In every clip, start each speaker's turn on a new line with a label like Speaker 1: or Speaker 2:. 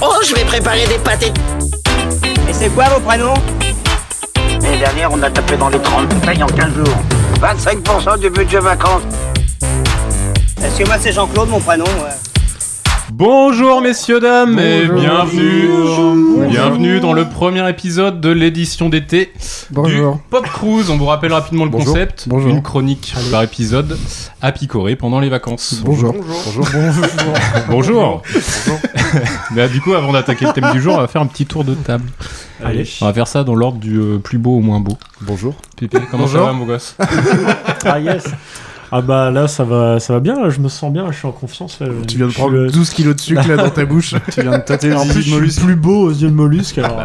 Speaker 1: Oh, préparer des pâtés.
Speaker 2: Et c'est quoi vos prénoms
Speaker 3: L'année dernière, on a tapé dans les 30 tailles en 15 jours. 25% du budget vacances.
Speaker 2: Parce que moi, c'est Jean-Claude, mon prénom. ouais.
Speaker 4: Bonjour messieurs dames et
Speaker 5: Bonjour.
Speaker 4: bienvenue
Speaker 5: Bonjour.
Speaker 4: Bienvenue dans le premier épisode de l'édition d'été
Speaker 5: Bonjour.
Speaker 4: du Pop Cruise. On vous rappelle rapidement le
Speaker 5: Bonjour.
Speaker 4: concept,
Speaker 5: Bonjour.
Speaker 4: une chronique par épisode à picorer pendant les vacances.
Speaker 5: Bonjour. Bonjour. Bonjour.
Speaker 4: Bonjour. Bah, du coup, avant d'attaquer le thème du jour, on va faire un petit tour de table.
Speaker 5: Allez.
Speaker 6: Ah,
Speaker 4: On va faire ça dans l'ordre du euh, plus beau au moins beau.
Speaker 5: Bonjour.
Speaker 4: Pépé, comment ça
Speaker 5: Bonjour.
Speaker 4: va mon gosse
Speaker 6: Ah yes Ah bah là ça va ça va bien là, je me sens bien, je suis en confiance. là, je-
Speaker 5: Tu viens de
Speaker 6: je
Speaker 5: prendre
Speaker 6: suis, euh,
Speaker 5: 12 kilos de sucre là dans ta bouche.
Speaker 7: Tu viens de tâter
Speaker 6: en plus,
Speaker 7: le zizi de
Speaker 6: je suis
Speaker 7: mollusque.
Speaker 6: plus beau aux yeux de mollusque alors. euh,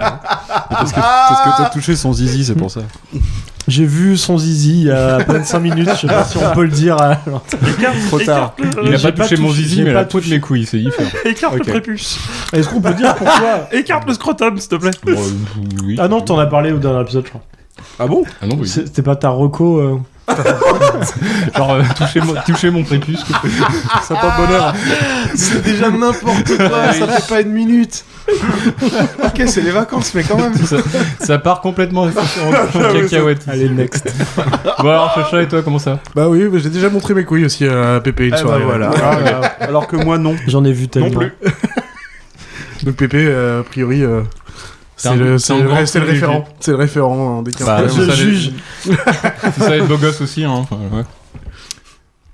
Speaker 7: Parce que,
Speaker 4: Ah.
Speaker 7: parce que t'as touché son zizi, c'est pour ça.
Speaker 6: J'ai vu son zizi il y a à peine 5 minutes, je sais pas si on peut le dire. euh, alors.
Speaker 7: Trop tard.
Speaker 4: Il a
Speaker 6: j'ai
Speaker 4: pas
Speaker 6: pas
Speaker 4: touché mon
Speaker 6: touché-
Speaker 4: zizi,
Speaker 6: j'ai
Speaker 4: mais la
Speaker 6: pas
Speaker 4: peau de
Speaker 6: touché.
Speaker 4: mes couilles, c'est différent.
Speaker 8: Écarte
Speaker 7: Ok.
Speaker 8: le prépuce.
Speaker 6: Est-ce qu'on peut dire pourquoi
Speaker 8: Écarte le scrotum, s'il te plaît.
Speaker 4: Bon, euh, oui.
Speaker 6: Ah non, t'en as parlé au dernier épisode je crois.
Speaker 7: Ah bon
Speaker 4: Ah non, oui.
Speaker 6: C'était pas ta reco euh,
Speaker 4: Genre, euh, toucher, mon, toucher mon prépuce. quoi.
Speaker 7: Ça porte bonheur.
Speaker 5: C'est déjà n'importe quoi, ça fait pas une minute. ok, c'est les vacances, mais quand même.
Speaker 4: Ça, ça part complètement en cacahuète.
Speaker 6: Allez next.
Speaker 4: Bon alors Chacha et toi comment ça
Speaker 5: Bah oui, mais j'ai déjà montré mes couilles aussi à Pépé une soirée.
Speaker 7: voilà. Alors que moi, non.
Speaker 6: J'en ai vu tellement.
Speaker 7: Non plus.
Speaker 5: Donc Pépé, euh, a priori, euh,
Speaker 4: un-
Speaker 5: c'est le,
Speaker 4: c'est
Speaker 5: c'est
Speaker 4: un
Speaker 5: le,
Speaker 4: grand
Speaker 5: c'est le
Speaker 4: privilégié.
Speaker 5: référent. C'est le référant hein, des 15
Speaker 4: Bah,
Speaker 5: problèmes.
Speaker 4: c'est
Speaker 6: Je
Speaker 4: ça, les-
Speaker 6: juge.
Speaker 4: C'est ça être beau gosse aussi hein. enfin, ouais.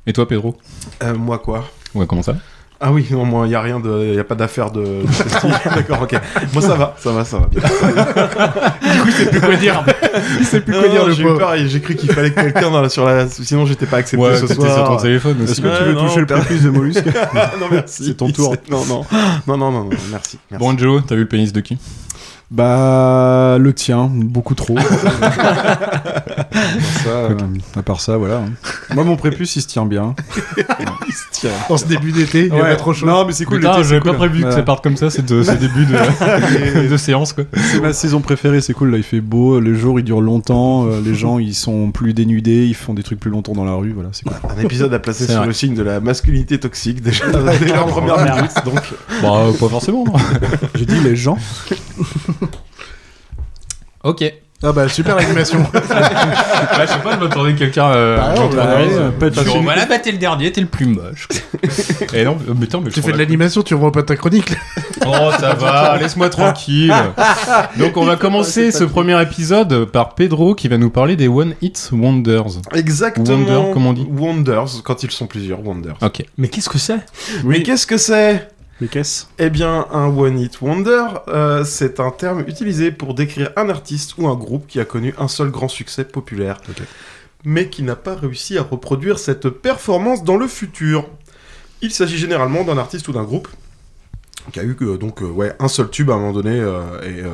Speaker 4: Et toi Pedro
Speaker 9: Euh, moi quoi
Speaker 4: Ouais comment ça
Speaker 9: Ah oui, non, moi, il n'y a rien de. Il a pas d'affaire de. de ceci. D'accord, ok. Moi, ça va, ça va, ça va bien.
Speaker 4: Plus quoi dire
Speaker 5: Il sait plus quoi dire le
Speaker 9: j'ai eu
Speaker 5: pauvre.
Speaker 9: peur et j'ai cru qu'il fallait que quelqu'un dans la- sur la. Sinon, j'étais pas accepté
Speaker 4: Ouais
Speaker 9: ce
Speaker 4: t'étais
Speaker 9: soir.
Speaker 4: sur ton téléphone
Speaker 7: Est-ce
Speaker 4: aussi.
Speaker 7: que tu veux
Speaker 9: non,
Speaker 7: toucher le
Speaker 9: père.
Speaker 7: prépuce de mollusque
Speaker 9: non, merci.
Speaker 7: C'est ton tour.
Speaker 9: Non, non. Non, non, non, non, merci. merci.
Speaker 4: Bon Angelo t'as vu le pénis de qui
Speaker 7: Bah, le tien, beaucoup trop. Ça, euh, à part ça, voilà. Moi, mon prépuce, il se tient bien.
Speaker 5: Dans ce début d'été, il y avait trop chaud.
Speaker 7: Non, mais c'est cool.
Speaker 4: Putain
Speaker 7: l'été,
Speaker 4: j'avais
Speaker 7: c'est
Speaker 4: pas
Speaker 7: cool.
Speaker 4: prévu que
Speaker 7: Voilà.
Speaker 4: ça parte comme ça c'est de- ce début de, de séance quoi.
Speaker 7: C'est ma saison préférée, c'est cool. Là, il fait beau, euh, les jours ils durent longtemps, euh, les gens ils sont plus dénudés, ils font des trucs plus longtemps dans la rue, voilà, c'est cool.
Speaker 9: Un épisode à placer
Speaker 4: C'est
Speaker 9: sur
Speaker 4: vrai.
Speaker 9: le signe de la masculinité toxique déjà dès la première minute. Donc,
Speaker 4: Bah euh, pas forcément non.
Speaker 7: J'ai dit les gens.
Speaker 4: Ok.
Speaker 5: Ah bah super animation.
Speaker 4: Bah, je sais pas je m'attendais que quelqu'un... Euh,
Speaker 5: Bah,
Speaker 4: genre,
Speaker 5: ouais, bah,
Speaker 4: t'arrives,
Speaker 5: ouais,
Speaker 4: euh,
Speaker 7: pas de
Speaker 4: genre,
Speaker 7: film.
Speaker 4: Voilà bah t'es le dernier t'es le plus moche. Et non mais attends mais je
Speaker 5: tu
Speaker 4: prends
Speaker 5: fais de
Speaker 4: la
Speaker 5: l'animation, tu revois pas ta chronique. là.
Speaker 4: Oh, ça va, laisse-moi tranquille. Donc, on va commencer ce premier épisode par Pedro qui va nous parler des One Hit Wonders.
Speaker 9: exactement.
Speaker 4: Wonder, comment on dit
Speaker 9: Wonders, quand ils sont plusieurs, Wonders.
Speaker 4: Ok.
Speaker 6: Mais qu'est-ce que c'est
Speaker 9: Mais qu'est-ce que c'est
Speaker 7: Mais qu'est-ce
Speaker 9: Eh bien, un One Hit Wonder, euh, c'est un terme utilisé pour décrire un artiste ou un groupe qui a connu un seul grand succès populaire, mais qui n'a pas réussi à reproduire cette performance dans le futur. Il s'agit généralement d'un artiste ou d'un groupe qui a eu euh, donc euh, ouais, un seul tube à un moment donné euh, et euh,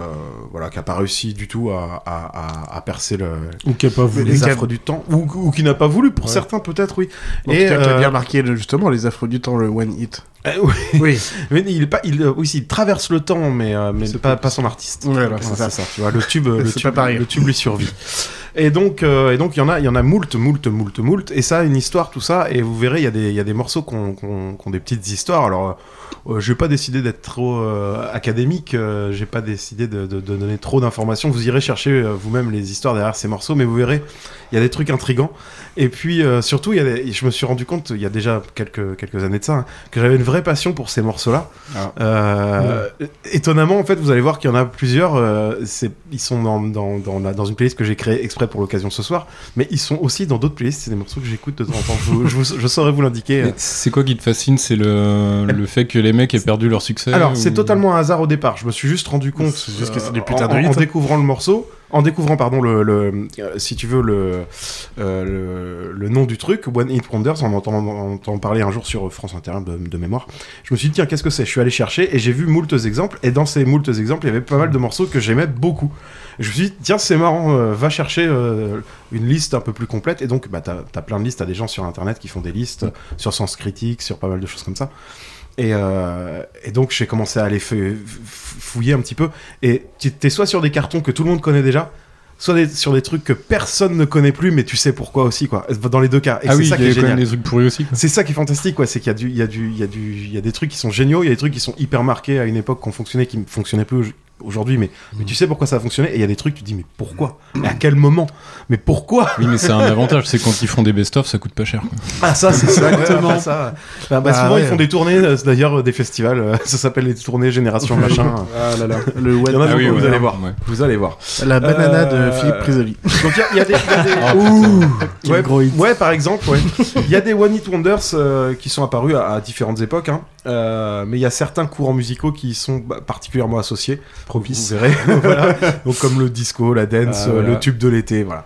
Speaker 9: voilà, qui n'a pas réussi du tout à, à- à- à percer le-
Speaker 6: Ou qui a pas voulu.
Speaker 9: les affres du temps, ou, ou qui n'a pas voulu pour
Speaker 5: Ouais.
Speaker 9: certains peut-être, oui.
Speaker 5: En tout cas, t'as
Speaker 9: euh,
Speaker 5: bien marqué le- justement les affres du temps, le one hit.
Speaker 9: eh oui.
Speaker 5: Oui.
Speaker 9: Mais il est pas, il, euh, oui, si, il traverse le temps, mais, euh, mais pas, pas son artiste.
Speaker 5: Voilà,
Speaker 9: Ouais,
Speaker 5: c'est ça.
Speaker 9: Tu vois, le tube, euh, le
Speaker 5: C'est
Speaker 9: tube,
Speaker 5: pas pareil.
Speaker 9: le tube lui survit. Et donc, euh, et donc, il y en a, il y en a moult, moult, moult, moult. Et ça, une histoire, tout ça. Et vous verrez, il y a des, il y a des morceaux qui ont, qui ont- qui ont des petites histoires. Alors, euh, j'ai pas décidé d'être trop euh, académique. euh, j'ai pas décidé de, de- de donner trop d'informations. Vous irez chercher euh, vous-même les histoires derrière ces morceaux, mais vous verrez, il y a des trucs intrigants. Et puis, euh, surtout, il y a des- je me suis rendu compte, il y a déjà quelques, quelques années de ça, hein, que j'avais une vraie passion pour ces morceaux-là.
Speaker 7: Ah.
Speaker 9: Euh, Étonnamment, en fait, vous allez voir qu'il y en a plusieurs. euh, c'est- ils sont dans, dans, dans, la- dans une playlist que j'ai créée exprès pour l'occasion ce soir, mais ils sont aussi dans d'autres playlists. C'est des morceaux que j'écoute de temps en temps. Je, vous- je vous- je saurais vous l'indiquer. euh,
Speaker 4: Mais C'est quoi qui te fascine C'est le, le fait que les mecs aient perdu leur succès
Speaker 9: Alors,
Speaker 4: ou-
Speaker 9: c'est totalement un hasard au départ. Je me suis juste rendu compte.
Speaker 5: C'est juste
Speaker 9: euh,
Speaker 5: que c'est des putains
Speaker 9: en-
Speaker 5: de
Speaker 9: en,
Speaker 5: hits.
Speaker 9: en découvrant le morceau, en découvrant, pardon, le, le- euh, si tu veux, le, euh, le, le nom du truc, One Hit Wonders, en entendant en entendant parler un jour sur France Inter de, de mémoire. Je me suis dit, tiens, qu'est-ce que c'est Je suis allé chercher et j'ai vu moult exemples. Et dans ces moult exemples, il y avait pas mal de morceaux que j'aimais beaucoup. Et je me suis dit, tiens, c'est marrant, euh, va chercher euh, une liste un peu plus complète. Et donc, bah, t'as as plein de listes, t'as des gens sur Internet qui font des listes sur Sens Critique, sur pas mal de choses comme ça. Et, euh, et donc j'ai commencé à aller fou- fou- fouiller un petit peu. Et tu- t'es soit sur des cartons que tout le monde connaît déjà, soit des- sur des trucs que personne ne connaît plus, mais tu sais pourquoi aussi, quoi. Dans les deux cas. Et
Speaker 4: Ah
Speaker 9: c'est
Speaker 4: oui,
Speaker 9: ça
Speaker 4: il
Speaker 9: qui
Speaker 4: y
Speaker 9: est
Speaker 4: avait quand même
Speaker 9: génial.
Speaker 4: des trucs pourris aussi. quoi.
Speaker 9: C'est ça qui est fantastique, quoi. C'est qu'il y a du, il y a du, il y a du, il y a des trucs qui sont géniaux, il y a des trucs qui sont hyper marqués à une époque qui ont fonctionné, qui ne fonctionnaient plus au- aujourd'hui, mais,
Speaker 4: Mm.
Speaker 9: mais tu sais pourquoi ça a fonctionné. Et il y a des trucs, tu te dis, mais pourquoi Mais à quel moment Mais pourquoi
Speaker 4: Oui, mais c'est un avantage, c'est quand ils font des best-of, ça coûte pas cher. quoi.
Speaker 9: Ah, ça, c'est ça,
Speaker 7: Exactement.
Speaker 9: ouais, ça. Bah, bah,
Speaker 5: Ah,
Speaker 9: souvent,
Speaker 5: ouais.
Speaker 9: ils font des tournées, euh, d'ailleurs, euh, des festivals. euh, ça s'appelle les tournées Génération Machin.
Speaker 5: Ah là là, le
Speaker 9: Il y en
Speaker 5: web,
Speaker 9: a beaucoup, vous
Speaker 4: ouais.
Speaker 9: allez voir.
Speaker 4: Ouais.
Speaker 9: Vous allez voir.
Speaker 5: la banana
Speaker 9: Euh,
Speaker 5: de Philippe Prisoli.
Speaker 9: Donc, il y a- il y a des- il y a des-
Speaker 5: Quel
Speaker 9: ouais,
Speaker 5: gros hit.
Speaker 9: ouais, par exemple, ouais. Il y a des One Hit Wonders euh, qui sont apparus à, à différentes époques, hein. Euh, mais il y a certains courants musicaux qui y sont bah, particulièrement associés. Propice. Vous verrez. voilà. Donc, comme le disco, la dance,
Speaker 7: Ah,
Speaker 9: euh,
Speaker 7: voilà.
Speaker 9: le tube de l'été, voilà.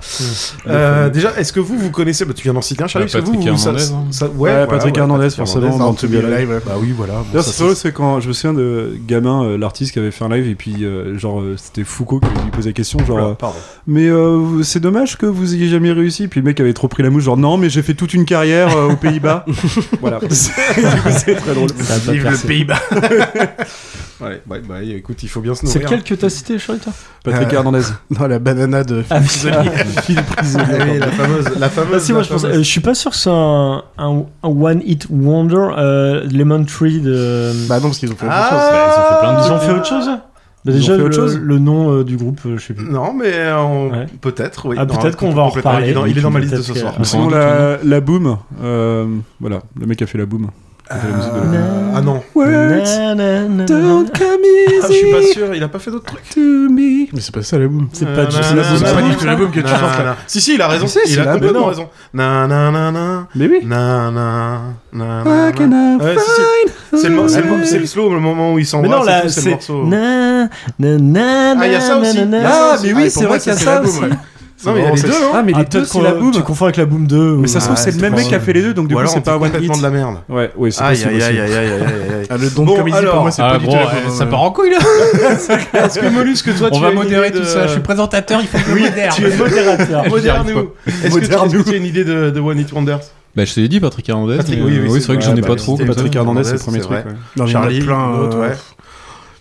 Speaker 9: Euh, déjà, est-ce que vous, vous connaissez, bah, tu viens d'en citer un, Charlie,
Speaker 4: Bah,
Speaker 9: parce que vous,
Speaker 4: Patrick
Speaker 9: vous, ça-
Speaker 4: Hernandez, hein.
Speaker 9: ça- ouais,
Speaker 7: Ouais,
Speaker 9: voilà,
Speaker 7: Patrick
Speaker 9: ouais,
Speaker 7: Hernandez, forcément,
Speaker 9: Hernandez,
Speaker 7: dans
Speaker 9: hein,
Speaker 7: To Be Alive, ouais.
Speaker 9: Bah oui, voilà. bon,
Speaker 7: D'ailleurs,
Speaker 9: ça,
Speaker 7: c'est drôle, c'est quand je me souviens de gamin, euh, l'artiste qui avait fait un live, et puis euh, genre euh, c'était Foucault qui lui posait la question, genre euh,
Speaker 9: Pardon.
Speaker 7: mais euh, c'est dommage que vous ayez jamais réussi. Puis le mec avait trop pris la mouche, genre non, mais j'ai fait toute une carrière euh, aux Pays-Bas. voilà, Du coup, c'est très drôle.
Speaker 6: Ça a pas percé.
Speaker 9: Pays-Bas. Allez, bye bye. bah, Écoute, il faut bien se
Speaker 6: C'est
Speaker 9: nourrir. hein.
Speaker 6: lequel que t'as cité, Charlie toi
Speaker 7: Patrick Hernandez.
Speaker 5: Non, la banana de
Speaker 6: Ah, oui.
Speaker 5: Philippe Prisoli.
Speaker 9: Ah oui, la fameuse, la fameuse.
Speaker 6: Bah, si, moi,
Speaker 9: la
Speaker 6: je, pense,
Speaker 9: fameuse-
Speaker 6: euh, je suis pas sûr que c'est un, un- un One Hit Wonder, euh, Lemon Tree de.
Speaker 5: Bah non, parce qu'ils ont fait autre chose.
Speaker 9: Ah,
Speaker 6: ils ont fait autre chose Bah,
Speaker 7: ont
Speaker 6: Déjà,
Speaker 7: fait autre
Speaker 6: le,
Speaker 7: chose
Speaker 6: le nom euh, du groupe, euh, je sais plus.
Speaker 9: Non, mais euh, on-
Speaker 6: Ouais.
Speaker 9: peut-être, oui.
Speaker 6: Ah,
Speaker 9: Non, hein,
Speaker 6: peut-être qu'on va en
Speaker 9: complètement.
Speaker 6: reparler.
Speaker 9: Il est dans, il est dans ma liste de
Speaker 6: Peut-être
Speaker 9: ce
Speaker 6: que-
Speaker 9: soir.
Speaker 7: Ou Sinon, la, la boom. euh, voilà, le mec a fait la boom. Il a fait la musique de la Boom.
Speaker 9: Euh, ah non.
Speaker 6: Na, na, na, na.
Speaker 7: Don't come
Speaker 9: Ah, je suis pas
Speaker 7: easy
Speaker 9: sûr, il a pas fait d'autres trucs.
Speaker 7: to me.
Speaker 5: Mais c'est pas ça la boum.
Speaker 6: C'est pas du
Speaker 9: Nanana,
Speaker 5: boum, c'est pas
Speaker 9: nanana,
Speaker 5: du tout la boum que tu
Speaker 9: nanana.
Speaker 5: chantes, là.
Speaker 9: Si, si, il a raison.
Speaker 7: Si, c'est
Speaker 9: il a
Speaker 7: la- mais
Speaker 9: complètement
Speaker 7: non.
Speaker 9: raison. Nanana,
Speaker 7: Mais oui.
Speaker 9: nanana, nanana.
Speaker 7: Where can I
Speaker 9: Ah, Ouais, si, si.
Speaker 7: find
Speaker 9: C'est le, mo- c'est le, mo-
Speaker 7: a
Speaker 9: c'est le slow, le moment où il
Speaker 6: Mais
Speaker 9: s'embrasse.
Speaker 6: non,
Speaker 9: et
Speaker 6: là,
Speaker 9: tout,
Speaker 6: c'est.
Speaker 9: le morceau.
Speaker 6: Na, na, na,
Speaker 9: Ah, il y a ça aussi.
Speaker 6: na, na,
Speaker 9: Il
Speaker 6: na.
Speaker 9: y a ça
Speaker 7: Ah,
Speaker 9: aussi.
Speaker 7: mais oui,
Speaker 9: pour
Speaker 7: c'est
Speaker 9: moi,
Speaker 7: vrai
Speaker 9: ça,
Speaker 7: qu'il y a
Speaker 9: c'est
Speaker 7: ça
Speaker 9: la boom,
Speaker 7: aussi.
Speaker 9: ouais. Non, mais il y a les
Speaker 7: c'est-
Speaker 9: deux, hein.
Speaker 7: Ah, mais les
Speaker 6: Ah,
Speaker 7: deux,
Speaker 6: peut-être
Speaker 7: c'est la
Speaker 6: qu'on-
Speaker 7: boom.
Speaker 6: tu confonds avec la boom 2.
Speaker 7: Mais ça se trouve,
Speaker 9: Ah,
Speaker 7: c'est
Speaker 9: c'est
Speaker 7: le même
Speaker 9: trop
Speaker 7: mec qui a fait les deux, donc du
Speaker 9: Ou
Speaker 7: coup,
Speaker 9: alors,
Speaker 7: c'est
Speaker 9: on
Speaker 7: pas
Speaker 9: dit
Speaker 7: one hit.
Speaker 9: complètement de la merde.
Speaker 7: Ouais, oui, c'est
Speaker 9: Aïe,
Speaker 7: possible
Speaker 9: aïe,
Speaker 7: aussi.
Speaker 9: aïe, aïe, aïe, aïe, aïe.
Speaker 5: Ah, le don
Speaker 9: Bon,
Speaker 5: de comédie,
Speaker 9: alors.
Speaker 5: pour moi, c'est
Speaker 4: Ah,
Speaker 5: pas du tout
Speaker 4: bon,
Speaker 5: la
Speaker 4: eh,
Speaker 5: boum.
Speaker 4: ça part en couille là
Speaker 9: Est-ce que Mollusque, toi, euh, tu
Speaker 4: On va
Speaker 9: as une
Speaker 4: modérer
Speaker 9: idée
Speaker 4: tout
Speaker 9: de-
Speaker 4: ça, je suis présentateur, il faut que je modère
Speaker 6: Tu es modérateur.
Speaker 9: Moderne-nous. Ah, Est-ce que tu- est-ce que
Speaker 5: Moderne-nous.
Speaker 9: tu as une idée de de One Hit Wonders
Speaker 4: Bah, je t'ai dit Patrick Hernandez,
Speaker 9: Patrick,
Speaker 4: mais,
Speaker 9: oui,
Speaker 4: euh,
Speaker 9: oui,
Speaker 4: oui, c'est vrai que
Speaker 9: c'est
Speaker 4: j'en ai
Speaker 9: vrai,
Speaker 4: pas
Speaker 9: bah,
Speaker 4: trop.
Speaker 9: c'était
Speaker 4: comme ça.
Speaker 7: Patrick Hernandez, c'est le
Speaker 9: c'est
Speaker 7: premier truc.
Speaker 9: vrai.
Speaker 7: ouais.
Speaker 5: Non, mais il y en a
Speaker 9: Charlie,
Speaker 5: plein.
Speaker 9: d'autres,
Speaker 5: euh,
Speaker 9: ouais.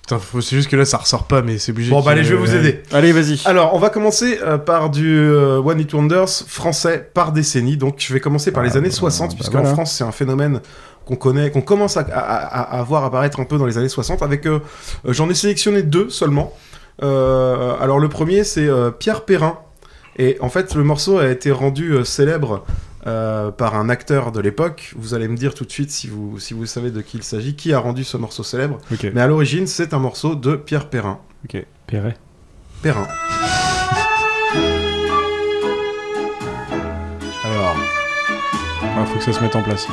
Speaker 5: Putain, faut- c'est juste que là, ça ressort pas, mais c'est obligé.
Speaker 9: Bon, bah
Speaker 5: qu'il-
Speaker 9: allez, je vais vous
Speaker 5: euh,
Speaker 9: aider.
Speaker 7: Allez, vas-y.
Speaker 9: Alors, on va commencer euh, par du euh, One Hit Wonders français par décennie. Donc, je vais commencer par les années 60, puisqu'en
Speaker 7: Ah, bah voilà.
Speaker 9: France, c'est un phénomène qu'on connaît, qu'on commence à, à- à- à voir apparaître un peu dans les années 60. Avec, euh, euh, j'en ai sélectionné deux seulement. Euh, alors, le premier, c'est euh, Pierre Perrin. Et en fait, le morceau a été rendu euh, célèbre euh, par un acteur de l'époque. Vous allez me dire tout de suite si vous, si vous savez de qui il s'agit, qui a rendu ce morceau célèbre.
Speaker 7: Ok.
Speaker 9: Mais à l'origine, c'est un morceau de Pierre Perrin.
Speaker 6: Perret.
Speaker 9: Perrin. Alors,
Speaker 7: Ah, faut que ça se mette en place.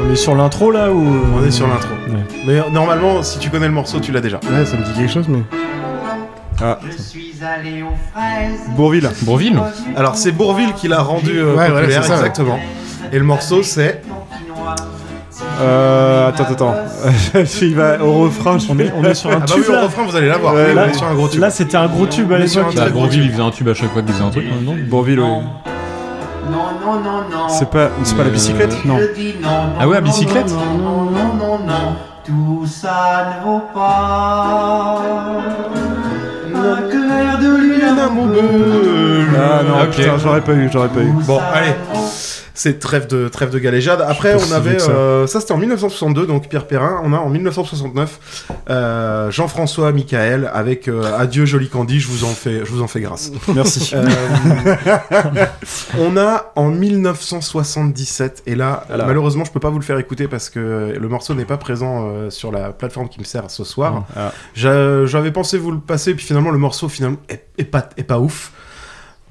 Speaker 6: On est sur l'intro là ou.
Speaker 9: on est sur l'intro.
Speaker 6: Ouais.
Speaker 9: Mais euh, normalement, si tu connais le morceau, tu l'as déjà.
Speaker 5: Ouais, ça me dit quelque chose, mais.
Speaker 1: Je suis allé aux fraises.
Speaker 7: Bourville.
Speaker 4: Bourville
Speaker 9: Alors, c'est Bourville qui l'a rendu euh,
Speaker 5: Ouais, voilà,
Speaker 9: populaire,
Speaker 5: c'est ça, ouais.
Speaker 9: exactement. Et le morceau, c'est.
Speaker 7: Euh, attends, attends, attends. Il va au refrain, je
Speaker 6: On est, on est sur un
Speaker 9: Ah bah
Speaker 6: tube
Speaker 9: oui, au
Speaker 6: là.
Speaker 9: refrain, vous allez l'avoir.
Speaker 7: Ouais,
Speaker 9: Oui,
Speaker 6: là-
Speaker 9: on est sur un gros tube.
Speaker 6: Là, c'était un gros tube à
Speaker 9: On est sur
Speaker 6: l'époque.
Speaker 9: un
Speaker 4: Bah,
Speaker 9: très gros
Speaker 4: Bourville,
Speaker 9: tube.
Speaker 4: il faisait un tube à chaque fois qu'il faisait un truc, non
Speaker 7: Bourville, oui.
Speaker 1: Non, non, non, non.
Speaker 7: C'est pas, c'est pas la bicyclette Non.
Speaker 1: Je dis non, non,
Speaker 4: Ah ouais, à
Speaker 1: non,
Speaker 4: bicyclette
Speaker 1: Non, non, non, non, non. Tout ça ne vaut pas. Un clair de lune à mon beurre.
Speaker 7: Ah non,
Speaker 4: Ok.
Speaker 7: putain, j'aurais pas eu, j'aurais pas eu.
Speaker 9: Bon, allez. C'est trêve de trêve de galéjade. Après,
Speaker 7: Je suis
Speaker 9: on
Speaker 7: pas si vieux
Speaker 9: avait
Speaker 7: que ça.
Speaker 9: euh, ça, c'était en 1962, donc Pierre Perrin. On a en 1969 euh, Jean-François Michael avec euh, Adieu joli Candy. Je vous en fais, je vous en fais grâce.
Speaker 7: Merci.
Speaker 9: Euh, on a en 1977, et là,
Speaker 7: Alors.
Speaker 9: malheureusement, je peux pas vous le faire écouter parce que le morceau n'est pas présent euh, sur la plateforme qui me sert ce soir.
Speaker 7: Ah.
Speaker 9: J'a- J'avais pensé vous le passer, puis finalement, le morceau finalement est, est pas, est pas ouf.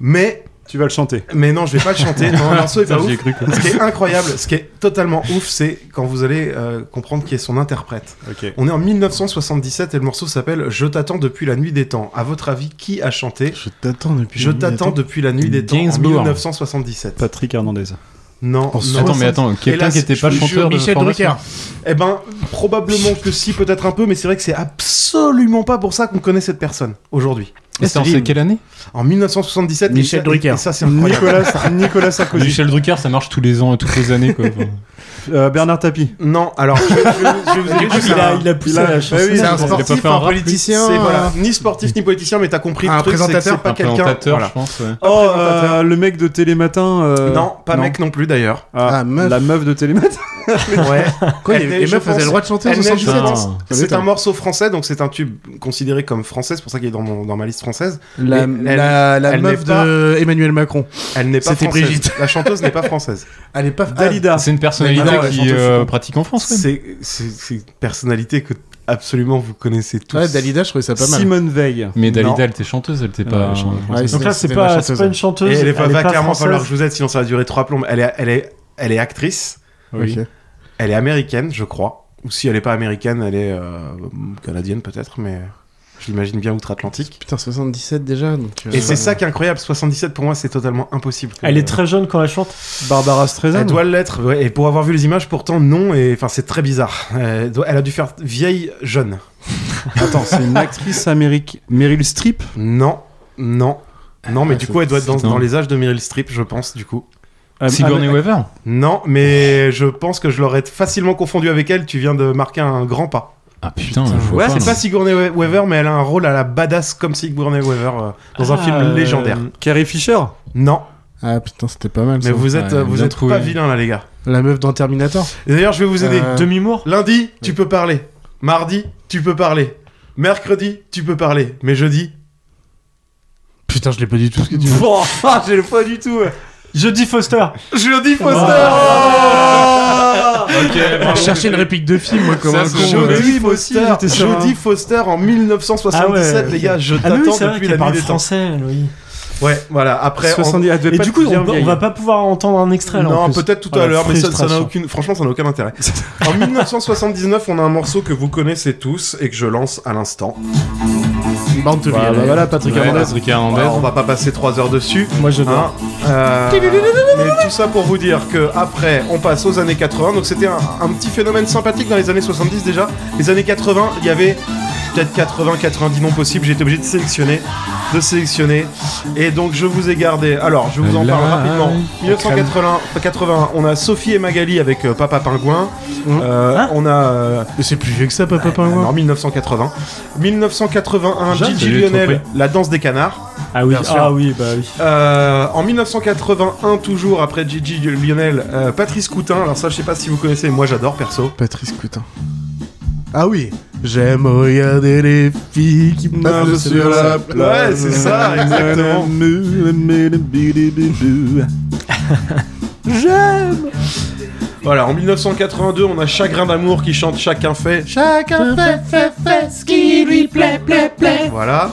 Speaker 9: Mais,
Speaker 7: Tu vas le chanter.
Speaker 9: mais non, je vais pas le chanter. Non, le morceau est pas
Speaker 4: Putain, j'y ai
Speaker 9: ouf.
Speaker 4: cru. quoi.
Speaker 9: Ce qui est incroyable, ce qui est totalement ouf, c'est quand vous allez euh, comprendre qui est son interprète.
Speaker 7: Ok.
Speaker 9: On est en 1977 et le morceau s'appelle Je t'attends depuis la nuit des temps. À votre avis, qui a chanté
Speaker 5: Je t'attends depuis.
Speaker 9: je t'attends depuis la nuit des temps
Speaker 4: Gainsbourg.
Speaker 9: en 1977.
Speaker 7: Patrick Hernandez.
Speaker 9: Non,
Speaker 5: En
Speaker 9: non.
Speaker 4: Attends, mais attends, quelqu'un
Speaker 9: Hélas,
Speaker 4: qui était pas
Speaker 9: je vous
Speaker 4: chanteur
Speaker 9: jure,
Speaker 4: de
Speaker 9: Michel
Speaker 4: formation
Speaker 9: Drucker. Eh ben, probablement que si, peut-être un peu, mais c'est vrai que c'est absolument pas pour ça qu'on connaît cette personne aujourd'hui.
Speaker 4: Et c'est en
Speaker 8: Céline.
Speaker 4: c'est quelle année
Speaker 9: En 1977,
Speaker 8: Michel
Speaker 9: et ça-
Speaker 8: Drucker.
Speaker 9: Et ça, c'est incroyable.
Speaker 7: Nicolas, Nicolas Sarkozy.
Speaker 4: Michel Drucker, ça marche tous les ans, toutes les années. Quoi. Enfin,
Speaker 7: Euh, Bernard Tapie.
Speaker 9: Non, alors, je, je- je vais vous aider.
Speaker 6: Il a, il a poussé la chanson.
Speaker 9: oui, c'est
Speaker 4: Il
Speaker 9: un
Speaker 4: a pas
Speaker 9: sportif,
Speaker 4: fait un
Speaker 9: un
Speaker 4: rap, lui.
Speaker 9: politicien. C'est,
Speaker 4: euh,
Speaker 9: voilà, ni sportif, ni politicien, mais t'as compris.
Speaker 5: un
Speaker 9: le truc, c'est que
Speaker 5: présentateur,
Speaker 9: c'est pas
Speaker 4: un
Speaker 9: quelqu'un.
Speaker 4: présentateur,
Speaker 9: voilà.
Speaker 4: je pense. ouais.
Speaker 7: Oh, euh, le mec de Télématin. euh,
Speaker 9: Non, pas mec non plus d'ailleurs.
Speaker 7: Ah,
Speaker 8: Ah, meuf.
Speaker 7: La meuf de Télématin.
Speaker 8: Ouais. Quoi, les,
Speaker 9: Elle
Speaker 8: les
Speaker 9: naît,
Speaker 8: meufs,
Speaker 9: je pense.
Speaker 8: elles avaient le droit de chanter en
Speaker 9: Elle naît,
Speaker 8: 77
Speaker 9: je pense.
Speaker 8: ans Ça
Speaker 9: C'est
Speaker 8: m'étonne.
Speaker 9: un morceau français, donc c'est un tube considéré comme français, c'est pour ça qu'il est dans, mon- dans ma liste française.
Speaker 8: La,
Speaker 9: Elle-
Speaker 8: la, la
Speaker 9: elle
Speaker 8: meuf
Speaker 9: n'est pas-
Speaker 8: de Emmanuel Macron.
Speaker 9: Elle n'est pas
Speaker 8: C'était
Speaker 9: française.
Speaker 8: Brigitte.
Speaker 9: La chanteuse n'est pas française.
Speaker 8: Elle est pas. ah,
Speaker 7: Dalida.
Speaker 4: C'est une personnalité
Speaker 8: Mais non, ouais,
Speaker 4: qui
Speaker 8: chanteuse,
Speaker 4: euh,
Speaker 8: je sais
Speaker 4: pratique en France. ouais.
Speaker 9: C'est, c'est, c'est une personnalité que absolument vous connaissez tous.
Speaker 8: ouais, Dalida, je trouvais ça pas mal.
Speaker 7: Simone Veil.
Speaker 4: Mais Dalida,
Speaker 9: Non. Euh,
Speaker 4: elle était chanteuse, elle était pas.
Speaker 8: Ouais,
Speaker 6: Donc là, c'est
Speaker 8: c'était
Speaker 6: pas,
Speaker 8: la
Speaker 6: c'est
Speaker 8: chanteuse.
Speaker 6: pas une chanteuse.
Speaker 9: Et elle est pas, va clairement
Speaker 6: française.
Speaker 9: falloir que je vous aide, sinon ça va durer trois plombes. Elle est, elle est, elle est actrice.
Speaker 8: Ok.
Speaker 9: Elle est américaine, je crois. Ou si elle n'est pas américaine, elle est euh, canadienne peut-être, mais je l'imagine bien outre-Atlantique.
Speaker 8: Putain, 77 déjà. Donc, euh,
Speaker 9: Et c'est ça qui est incroyable. 77 pour moi, c'est totalement impossible.
Speaker 6: Elle est très jeune quand elle chante.
Speaker 7: Barbara Streisand.
Speaker 9: Elle doit l'être, ouais, et pour avoir vu les images, pourtant non, et enfin c'est très bizarre. Elle, doit- elle a dû faire vieille jeune.
Speaker 7: Attends, c'est une actrice américaine. Meryl Streep.
Speaker 9: Non, non, non,
Speaker 6: Ah,
Speaker 9: mais du coup elle doit être dans,
Speaker 4: putain.
Speaker 9: dans les âges de Meryl Streep, je pense, du coup.
Speaker 7: Euh,
Speaker 4: Sigourney
Speaker 7: ah,
Speaker 4: Weaver
Speaker 9: Non, mais je pense que je l'aurais facilement confondu avec elle, tu viens de marquer un grand pas.
Speaker 4: Ah putain, je vois
Speaker 9: Ouais,
Speaker 4: pas,
Speaker 9: c'est pas
Speaker 4: non.
Speaker 9: Sigourney We- Weaver, mais elle a un rôle à la badass comme Sigourney Weaver euh, dans un
Speaker 6: Ah,
Speaker 9: film
Speaker 6: euh,
Speaker 9: légendaire.
Speaker 7: Carrie Fisher.
Speaker 9: Non,
Speaker 8: Ah putain, c'était pas mal.
Speaker 9: mais
Speaker 8: ça.
Speaker 9: vous êtes,
Speaker 4: ouais,
Speaker 9: vous
Speaker 4: bien
Speaker 9: êtes
Speaker 4: trouvé.
Speaker 9: pas vilain là, les gars.
Speaker 8: La meuf dans Terminator.
Speaker 9: Et D'ailleurs, je vais vous aider.
Speaker 8: Euh,
Speaker 6: Demi-mour
Speaker 9: Lundi, tu peux parler. Mardi, tu peux parler. Mercredi, tu peux parler. Mais jeudi,
Speaker 8: Putain, je l'ai pas du tout ce que tu veux.
Speaker 7: Bon, ah, j'ai le pas du tout.
Speaker 6: Jodie Foster.
Speaker 9: jeudi Foster.
Speaker 8: Je cherchais une réplique de film, moi, comme
Speaker 4: Ça,
Speaker 7: Ah,
Speaker 8: un
Speaker 4: c'est
Speaker 8: con.
Speaker 4: chaud.
Speaker 8: ouais.
Speaker 9: Jodie
Speaker 7: moi aussi,
Speaker 9: Foster,
Speaker 7: j'étais sur
Speaker 9: Jodie Foster en 1977,
Speaker 6: Ah ouais.
Speaker 9: les gars, je
Speaker 6: Ah, mais oui,
Speaker 9: t'attends
Speaker 6: c'est vrai
Speaker 9: depuis
Speaker 6: qu'elle
Speaker 9: la nuit
Speaker 6: parle
Speaker 9: des
Speaker 6: français, elle, oui.
Speaker 9: temps. Ouais, voilà. Après, en-
Speaker 7: 70. Elle devait
Speaker 6: Et
Speaker 7: pas
Speaker 6: du
Speaker 7: être
Speaker 6: coup,
Speaker 7: bien
Speaker 6: on, on
Speaker 7: vieille.
Speaker 6: va pas pouvoir entendre un extrait là. en
Speaker 9: non,
Speaker 6: plus.
Speaker 9: peut-être tout
Speaker 6: Oh,
Speaker 9: à
Speaker 6: la
Speaker 9: l'heure, mais ça, ça n'a
Speaker 6: frustration.
Speaker 9: aucune. Franchement, ça n'a aucun intérêt. en 1979, on a un morceau que vous connaissez tous et que je lance à l'instant.
Speaker 8: Born to be
Speaker 7: Ah, bah
Speaker 8: alive.
Speaker 7: voilà, Patrick
Speaker 4: Ouais,
Speaker 7: Hernandez.
Speaker 4: Patrick
Speaker 9: Alors, Bah, on
Speaker 4: Hernandez.
Speaker 9: va pas passer 3 heures dessus.
Speaker 6: Moi, j'adore.
Speaker 9: Hein, euh, mais tout ça pour vous dire que après on passe aux années 80. Donc c'était un, un petit phénomène sympathique dans les années 70 déjà. Les années 80, il y avait peut-être 80, 90 non possibles. J'ai été obligé de sélectionner, de sélectionner. Et donc je vous ai gardé. Alors je vous en parle
Speaker 4: Là,
Speaker 9: rapidement.
Speaker 4: ouais.
Speaker 9: 1980, 80, on a Sophie et Magali avec euh, Papa Pingouin. Euh, on a euh,
Speaker 8: Hum. Ah. Mais c'est plus vieux que ça, papa pingouin.
Speaker 9: non, 1980, 1981,
Speaker 4: Jeanne,
Speaker 9: Gigi
Speaker 4: j'ai trop
Speaker 9: Lionel,
Speaker 4: pris.
Speaker 9: La Danse des Canards.
Speaker 6: Ah oui,
Speaker 9: Bien sûr.
Speaker 6: ah oui, bah oui.
Speaker 9: Euh, en 1981, toujours après Gigi Lionel, euh, Patrice Coutin. Alors ça, je sais pas si vous connaissez, mais moi j'adore perso.
Speaker 8: Patrice Coutin. Ah oui. J'aime regarder les filles qui marchent sur la plage.
Speaker 9: Ouais, c'est ça, exactement. Voilà, en 1982, on a Chagrin d'amour qui chante Chacun fait.
Speaker 8: Chacun fait, fait, fait ce qui lui plaît, plaît, plaît.
Speaker 9: Voilà.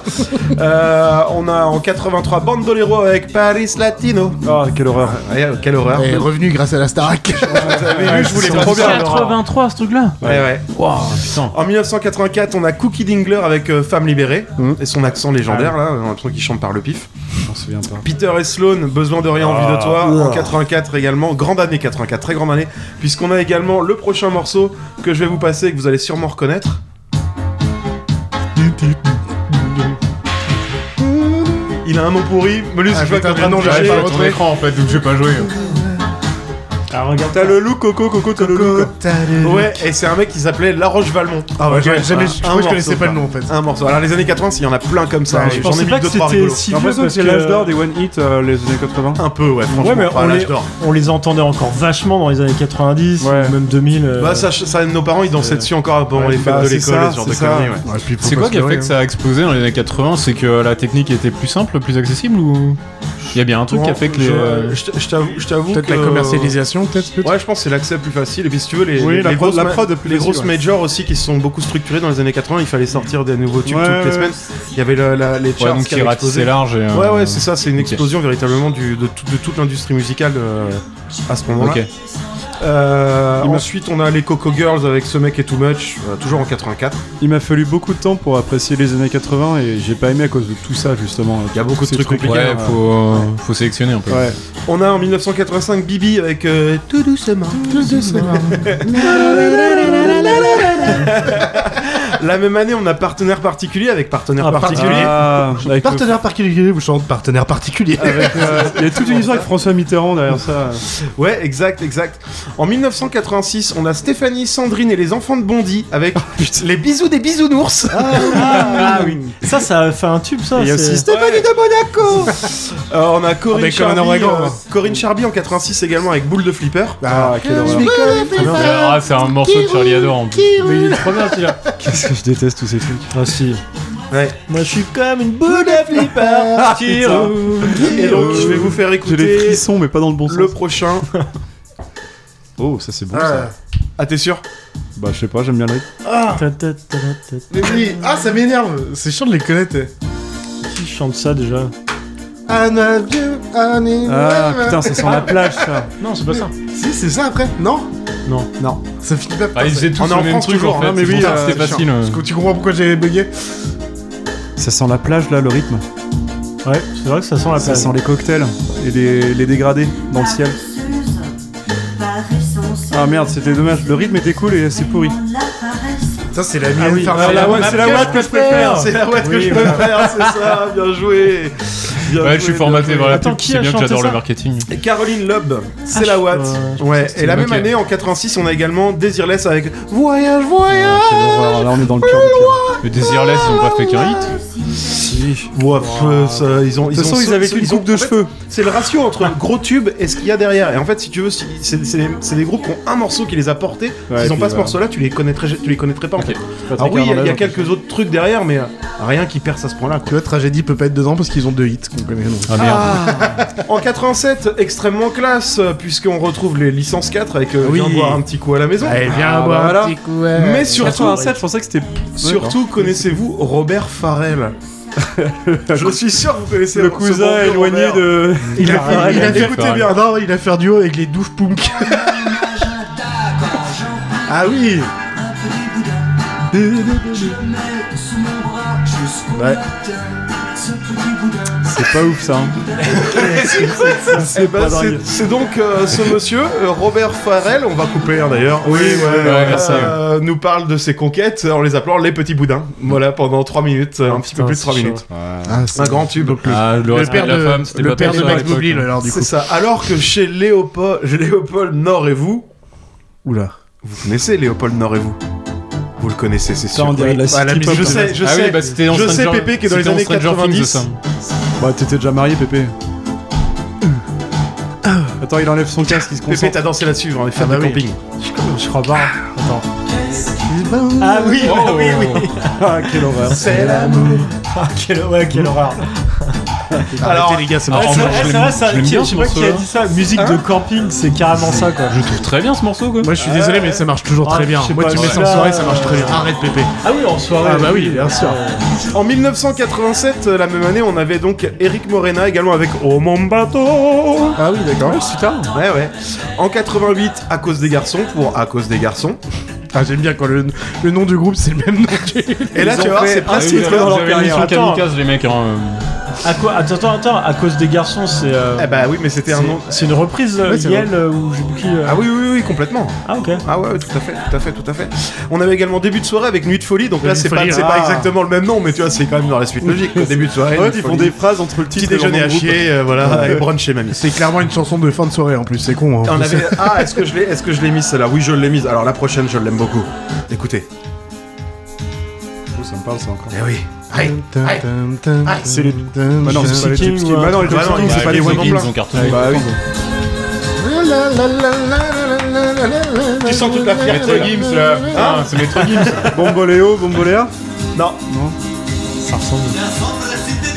Speaker 9: Euh, on a en 83 Bandolero avec Paris Latino.
Speaker 7: Ah, quelle horreur.
Speaker 9: Ouais, euh, quelle horreur.
Speaker 8: Et revenu grâce à la Starac.
Speaker 9: Vous avez vu, je voulais
Speaker 7: c'est
Speaker 9: pas
Speaker 7: trop
Speaker 9: dire.
Speaker 7: bien.
Speaker 6: 83 ce truc là.
Speaker 9: Ouais, ouais.
Speaker 4: Waouh, putain.
Speaker 9: En 1984, on a Cookie Dingler avec euh, Femme Libérée
Speaker 7: Mhm.
Speaker 9: et son accent légendaire là, on a l'impression qu'il chante par le pif.
Speaker 7: Je m'en souviens pas.
Speaker 9: Peter et Sloan, besoin de rien, envie
Speaker 8: Ah.
Speaker 9: de toi, en 84 également, grande année 84, très grande année, puisqu'on a également le prochain morceau que je vais vous passer et que vous allez sûrement reconnaître. Il a un mot pourri, Melus,
Speaker 8: Ah,
Speaker 9: je vois que
Speaker 8: putain,
Speaker 9: t'es en train
Speaker 8: mais
Speaker 9: de
Speaker 8: non,
Speaker 9: me
Speaker 8: j'arrive
Speaker 9: chercher.
Speaker 8: pas à le retrouver.
Speaker 4: écran en fait, donc je vais pas jouer.
Speaker 6: Ah regarde.
Speaker 7: T'as le look, Coco, Coco, t'as le look.
Speaker 9: Ouais, et c'est un mec qui s'appelait La Roche Valmont.
Speaker 8: Ah ouais, j'avais jamais.
Speaker 9: Un
Speaker 8: Je crois que je connaissais
Speaker 9: morceau,
Speaker 8: pas le nom en fait.
Speaker 9: Un morceau. Alors les années 80, il y en a plein comme ça. hein,
Speaker 6: Ouais, je
Speaker 9: J'en ai
Speaker 6: pensais
Speaker 9: mis
Speaker 6: pas
Speaker 9: deux
Speaker 6: que
Speaker 9: trois
Speaker 6: c'était
Speaker 9: rigolos.
Speaker 6: si
Speaker 7: J'ai
Speaker 6: vieux
Speaker 7: l'impression que
Speaker 6: parce
Speaker 7: c'est l'âge d'or
Speaker 6: que.
Speaker 7: des One Hit euh, les années 80.
Speaker 9: Un peu, ouais, franchement.
Speaker 6: Ouais, mais
Speaker 9: enfin,
Speaker 6: on
Speaker 9: là,
Speaker 6: les-
Speaker 9: je dors.
Speaker 6: On les entendait encore vachement dans les années 90,
Speaker 7: Ouais.
Speaker 6: ou même 2000. euh,
Speaker 9: Bah, ça, ça, nos parents, ils dansaient dessus encore pendant
Speaker 7: ouais,
Speaker 9: les fêtes
Speaker 7: bah,
Speaker 9: de
Speaker 7: c'est
Speaker 9: l'école,
Speaker 7: ça,
Speaker 9: ce genre de
Speaker 7: c'est ça.
Speaker 9: conneries, ouais.
Speaker 4: C'est quoi qui a fait que ça a explosé dans les années 80 C'est que euh, la technique était plus simple, plus accessible ou Il y a bien un truc qui a fait que les.
Speaker 9: Je-
Speaker 4: euh,
Speaker 9: je t- je t'avoue- je t'avoue
Speaker 8: Peut-être
Speaker 9: que-
Speaker 8: la commercialisation, peut-être. peut-être
Speaker 9: Ouais, je pense que c'est l'accès plus facile. Et puis, si tu veux, les,
Speaker 7: Oui,
Speaker 9: les,
Speaker 7: la
Speaker 9: les
Speaker 7: prod-
Speaker 9: grosses,
Speaker 7: la
Speaker 9: ma-
Speaker 7: prod plus
Speaker 9: les grosses
Speaker 7: facile, ouais.
Speaker 9: majors aussi qui se sont beaucoup structurées dans les années 80, il fallait sortir des nouveaux tubes
Speaker 7: Ouais,
Speaker 9: toutes les
Speaker 7: ouais.
Speaker 9: semaines. Il y avait la- la- les charts
Speaker 4: Ouais, donc
Speaker 9: qui
Speaker 4: qui
Speaker 9: avaient
Speaker 4: ratissait
Speaker 9: explosé.
Speaker 4: large et. euh,
Speaker 9: Ouais, ouais, c'est ça, c'est une
Speaker 4: ok.
Speaker 9: explosion véritablement du- de, tout- de toute l'industrie musicale euh, à ce moment-là.
Speaker 4: Ok.
Speaker 9: Euh,
Speaker 7: Il m'a-
Speaker 9: ensuite, on a les Coco Girls avec Ce mec est too much, euh, toujours en 84.
Speaker 7: Il m'a fallu beaucoup de temps pour apprécier les années 80 et j'ai pas aimé à cause de tout ça justement.
Speaker 9: Il y a beaucoup de
Speaker 7: Ces
Speaker 9: trucs compliqués. hein.
Speaker 4: Ouais, faut, euh, faut sélectionner un peu.
Speaker 7: Ouais.
Speaker 9: On a en 1985 Bibi avec euh, Tout doucement. la même année, on a partenaire particulier avec partenaire
Speaker 4: Ah,
Speaker 9: particulier.
Speaker 7: Ah, avec le-
Speaker 8: Partenaire particulier, vous chantez partenaire particulier.
Speaker 7: avec, euh, Il y a toute une histoire avec François Mitterrand derrière ça.
Speaker 9: Ouais, exact, exact. En 1986, on a Stéphanie, Sandrine et les enfants de Bondy avec les bisous des bisounours.
Speaker 6: Ah oui. Ça, ça a fait un tube, ça.
Speaker 7: Il y a
Speaker 6: c'est- Ah,
Speaker 7: aussi
Speaker 9: Stéphanie de Monaco. Euh, on a Corinne,
Speaker 8: mais comme un
Speaker 9: Charby,
Speaker 8: ouragan,
Speaker 9: euh,
Speaker 8: hein.
Speaker 9: Corinne Charby en 86 également avec Boule de Flipper.
Speaker 7: Ah, quelle horreur.
Speaker 4: Ah, c'est un morceau de Charlie Adore en plus.
Speaker 6: Mais il est trop bien, celui-là.
Speaker 7: Qu'est-ce que je déteste tous ces trucs.
Speaker 6: Ah si.
Speaker 9: Ouais.
Speaker 6: Moi, je suis comme une boule de flipper.
Speaker 7: Et
Speaker 9: Et donc, je vais vous faire
Speaker 7: J'ai des
Speaker 9: écouter
Speaker 7: frissons, mais pas dans le bon sens.
Speaker 9: le prochain.
Speaker 7: Oh, ça c'est bon ça.
Speaker 9: Ah, t'es sûr
Speaker 7: Bah, je sais pas, j'aime bien le rythme.
Speaker 6: Ta, ta, ta, ta, ta.
Speaker 8: Mais oui, ah ça m'énerve, c'est chiant de les connaître. eh.
Speaker 6: Qui chante ça déjà
Speaker 8: Un adieu, un
Speaker 7: Ah putain, ça sent la plage ça.
Speaker 6: Non, c'est pas ça.
Speaker 8: Si, c'est ça après, non
Speaker 6: Non.
Speaker 8: Non, ça finit pas
Speaker 4: Ah,
Speaker 8: par
Speaker 4: ils
Speaker 8: ça.
Speaker 4: faisaient tous
Speaker 9: On est en
Speaker 4: le même
Speaker 9: France
Speaker 4: truc
Speaker 9: toujours,
Speaker 4: en fait.
Speaker 9: hein,
Speaker 4: mais
Speaker 9: mais
Speaker 4: oui,
Speaker 9: oui, euh,
Speaker 4: c'était facile. euh.
Speaker 8: Parce que tu comprends pourquoi j'avais bugué
Speaker 7: Ça sent la plage là, le rythme.
Speaker 6: Ouais, c'est vrai que ça sent la
Speaker 7: Ah, Ça
Speaker 6: plage.
Speaker 7: sent les cocktails et les, les dégradés dans le ciel. Ah merde, c'était dommage. Le rythme était cool et c'est pourri.
Speaker 8: Ça c'est la mienne, faire
Speaker 7: Ah,
Speaker 8: la-
Speaker 7: ouais, c'est la ouate que je préfère.
Speaker 9: C'est la ouate que
Speaker 6: Oui,
Speaker 9: je peux
Speaker 6: voilà.
Speaker 9: faire, c'est ça, bien joué. Bien
Speaker 4: Ouais, je suis
Speaker 9: joué,
Speaker 4: formaté
Speaker 9: bien
Speaker 4: vers la
Speaker 6: Attends,
Speaker 4: pub, tu
Speaker 6: qui
Speaker 4: sais
Speaker 6: a
Speaker 4: bien que
Speaker 6: chanté
Speaker 4: j'adore le
Speaker 6: ça
Speaker 4: marketing.
Speaker 9: joué. Caroline Loeb, c'est
Speaker 6: Ah,
Speaker 9: la
Speaker 6: je-
Speaker 9: Watt.
Speaker 6: euh, je
Speaker 9: ouais,
Speaker 4: c'était
Speaker 9: et la
Speaker 4: une
Speaker 9: même
Speaker 4: moquette.
Speaker 9: année, en 86, on a également Désirless avec Voyage, Voyage.
Speaker 7: Ah, quelle horreur. Là, on est dans le pire. du pire.
Speaker 4: Le Désirless, ils ont pas fait qu'un hit.
Speaker 9: Ouais, pff, ça, ils ont.
Speaker 7: De toute façon, ils avaient qu'une
Speaker 9: ont-
Speaker 7: coupe de
Speaker 9: en fait,
Speaker 7: cheveux.
Speaker 9: C'est le ratio entre le gros tube et ce qu'il y a derrière. Et en fait, si tu veux, si- c'est c'est des- c'est des groupes qui ont un morceau qui les a portés.
Speaker 7: Ouais,
Speaker 9: S'ils ont
Speaker 7: puis
Speaker 9: pas ce
Speaker 7: voilà.
Speaker 9: morceau-là, tu les connaîtrais, tu les connaîtrais pas en
Speaker 4: Ok.
Speaker 9: fait. Alors oui, il y a- il y, a quelques autres trucs derrière, mais euh, rien qui perce à ce point-là.
Speaker 8: Tu vois, tragédie peut pas être dedans parce qu'ils ont deux hits qu'on connaît. donc.
Speaker 4: Ah merde.
Speaker 9: En 87, extrêmement classe, euh, puisqu'on retrouve les licences 4 avec euh,
Speaker 8: Oui.
Speaker 9: Viens boire un petit coup à la maison.
Speaker 8: Allez, viens
Speaker 7: Ah,
Speaker 8: boire
Speaker 7: bah voilà.
Speaker 8: un petit coup. ouais.
Speaker 9: Mais surtout,
Speaker 7: 87, je pensais que c'était
Speaker 9: surtout connaissez-vous Robert Farrell Je suis sûr que vous connaissez
Speaker 7: le
Speaker 9: ce
Speaker 7: cousin
Speaker 9: bon vieux
Speaker 7: éloigné
Speaker 9: Robert.
Speaker 7: de.
Speaker 8: il a, fait-
Speaker 4: il
Speaker 8: il
Speaker 4: a
Speaker 8: a
Speaker 4: fait
Speaker 8: fait écouter
Speaker 4: pareil.
Speaker 8: bien. Non, il a fait un duo avec les douves punk. ah oui.
Speaker 7: Ouais. C'est pas ouf ça. hein.
Speaker 9: Eh ben,
Speaker 7: pas
Speaker 9: c'est-
Speaker 7: dingue.
Speaker 9: C'est donc euh, ce monsieur, euh, Robert Farrell, on va couper hein, d'ailleurs. Oui,
Speaker 4: ouais, merci.
Speaker 9: Nous parle de ses conquêtes euh, en les appelant les petits boudins. Voilà, pendant 3 minutes, euh, un petit peu
Speaker 6: putain,
Speaker 9: plus de 3
Speaker 6: c'est chaud.
Speaker 9: minutes.
Speaker 8: Ah, c'est
Speaker 9: Un grand tube.
Speaker 4: Ah, le respect de la femme, c'était
Speaker 8: le
Speaker 4: pas
Speaker 8: père
Speaker 4: trop
Speaker 8: de
Speaker 4: ça à
Speaker 8: Max
Speaker 4: l'époque. hein.
Speaker 8: Boublil alors du coup.
Speaker 9: C'est ça. Alors que chez Léopold, chez Léopold Nord et vous,
Speaker 8: Oula.
Speaker 9: vous connaissez Léopold Nord et vous Vous le connaissez, c'est
Speaker 7: Ça,
Speaker 9: sûr.
Speaker 7: on dirait de la
Speaker 9: Ah, la
Speaker 7: city
Speaker 9: musique,
Speaker 7: pop.
Speaker 9: je sais, je
Speaker 4: Ah
Speaker 9: sais.
Speaker 4: oui, bah c'était dans
Speaker 9: je sais
Speaker 4: Stranger-
Speaker 9: Pépé qui est dans les
Speaker 4: c'était
Speaker 9: années
Speaker 4: dans Stranger Things,
Speaker 9: 90.
Speaker 4: ça.
Speaker 7: Bah, t'étais déjà marié, Pépé. Attends, il enlève son casque, il se
Speaker 9: Pépé,
Speaker 7: concentre.
Speaker 9: t'as dansé là-dessus, on est
Speaker 8: Ah
Speaker 9: fan
Speaker 8: bah
Speaker 9: de
Speaker 8: oui.
Speaker 9: camping.
Speaker 6: Je crois pas. Attends.
Speaker 8: Ah oui.
Speaker 4: Oh, oui.
Speaker 7: Ah, quelle horreur.
Speaker 8: C'est l'amour.
Speaker 6: Ah, quelle, ouais, quelle horreur.
Speaker 9: Alors,
Speaker 8: les gars, c'est
Speaker 4: Ah,
Speaker 6: Ouais,
Speaker 4: en
Speaker 6: c'est
Speaker 4: vrai,
Speaker 6: vrai,
Speaker 4: je
Speaker 6: c'est
Speaker 4: l'aime-
Speaker 6: vrai, ça.
Speaker 4: je l'aime
Speaker 6: qui-
Speaker 4: bien,
Speaker 6: Je sais
Speaker 4: ce
Speaker 6: pas qui a
Speaker 4: morceau-là.
Speaker 6: dit ça. Musique
Speaker 8: Hein
Speaker 6: de camping, c'est carrément ça, quoi.
Speaker 4: Je trouve hein. très bien ce morceau quoi.
Speaker 8: Moi je suis désolé mais ça marche toujours
Speaker 6: Ah,
Speaker 8: très bien.
Speaker 6: je sais
Speaker 8: Moi
Speaker 6: pas,
Speaker 8: tu
Speaker 6: je
Speaker 8: mets
Speaker 6: sais
Speaker 8: ça en
Speaker 6: pas.
Speaker 8: soirée ça marche très bien. Arrête Pépé.
Speaker 6: Ah oui, en soirée.
Speaker 8: Ah bah oui bien sûr.
Speaker 9: en 1987, euh, la même année, on avait donc Eric Morena également avec Oh mon bateau.
Speaker 8: Ah oui d'accord.
Speaker 9: Ouais, ouais. En 88, À cause des garçons pour À cause des garçons.
Speaker 8: Ah j'aime bien quand le, le nom du groupe c'est le même nom que...
Speaker 9: Et là,
Speaker 6: Ils
Speaker 9: tu
Speaker 6: ont
Speaker 9: vois,
Speaker 6: fait
Speaker 9: c'est
Speaker 6: un
Speaker 4: Ah
Speaker 9: presque.
Speaker 6: titre dans leur
Speaker 4: J'avais mis
Speaker 6: carrière.
Speaker 4: sur
Speaker 6: Attends.
Speaker 4: Kamikaze les mecs. hein.
Speaker 6: À quoi Attends, attends, attends. À cause des garçons, c'est. euh,
Speaker 9: Eh bah oui, mais c'était un
Speaker 6: c'est-
Speaker 9: nom.
Speaker 6: C'est une reprise euh,
Speaker 8: Ouais, c'est
Speaker 6: Yel euh, ou je sais plus qui. euh,
Speaker 9: Ah oui, oui, oui, complètement.
Speaker 6: Ah, ok.
Speaker 9: Ah ouais, ouais, tout à fait, tout à fait, tout à fait. On avait également début de soirée avec Nuit de folie, donc là
Speaker 8: Nuit
Speaker 9: c'est
Speaker 8: de
Speaker 9: pas,
Speaker 8: folie,
Speaker 9: c'est
Speaker 8: ah.
Speaker 9: pas exactement le même nom, mais tu vois, c'est quand même dans la suite logique. quoi. Début de soirée.
Speaker 7: Ouais,
Speaker 9: Nuit de
Speaker 7: ils font
Speaker 9: folie.
Speaker 7: des phrases entre le
Speaker 9: petit
Speaker 7: titre et le nom
Speaker 9: déjeuner
Speaker 7: de
Speaker 9: à
Speaker 7: groupe.
Speaker 9: chier, euh, voilà, et brunch chez mamie.
Speaker 8: C'est clairement une chanson de fin de soirée en plus c'est con. Hein.
Speaker 9: On avait... Ah, est-ce que je l'ai, est-ce que je l'ai mise celle-là Oui, je l'ai mise. Alors la prochaine, je l'aime beaucoup. Écoutez.
Speaker 7: Oh, Ça me parle, ça encore.
Speaker 9: Eh oui. Aïe.
Speaker 7: c'est les- Bah non, c'est pas les
Speaker 6: King,
Speaker 7: Gypsy
Speaker 6: ouais.
Speaker 7: Bah non, les
Speaker 9: Bah
Speaker 7: Gypsy
Speaker 9: non,
Speaker 7: King,
Speaker 9: bah,
Speaker 7: c'est pas les
Speaker 9: Gypsy
Speaker 7: One
Speaker 9: King,
Speaker 7: Blanc.
Speaker 4: Ils ont cartonné.
Speaker 7: Bah oui.
Speaker 9: Tu sens toute la
Speaker 4: Maître
Speaker 9: fierté. là.
Speaker 4: Gims là. Putain, Ah, C'est Maître Gims.
Speaker 7: Bomboléo, Bomboléa.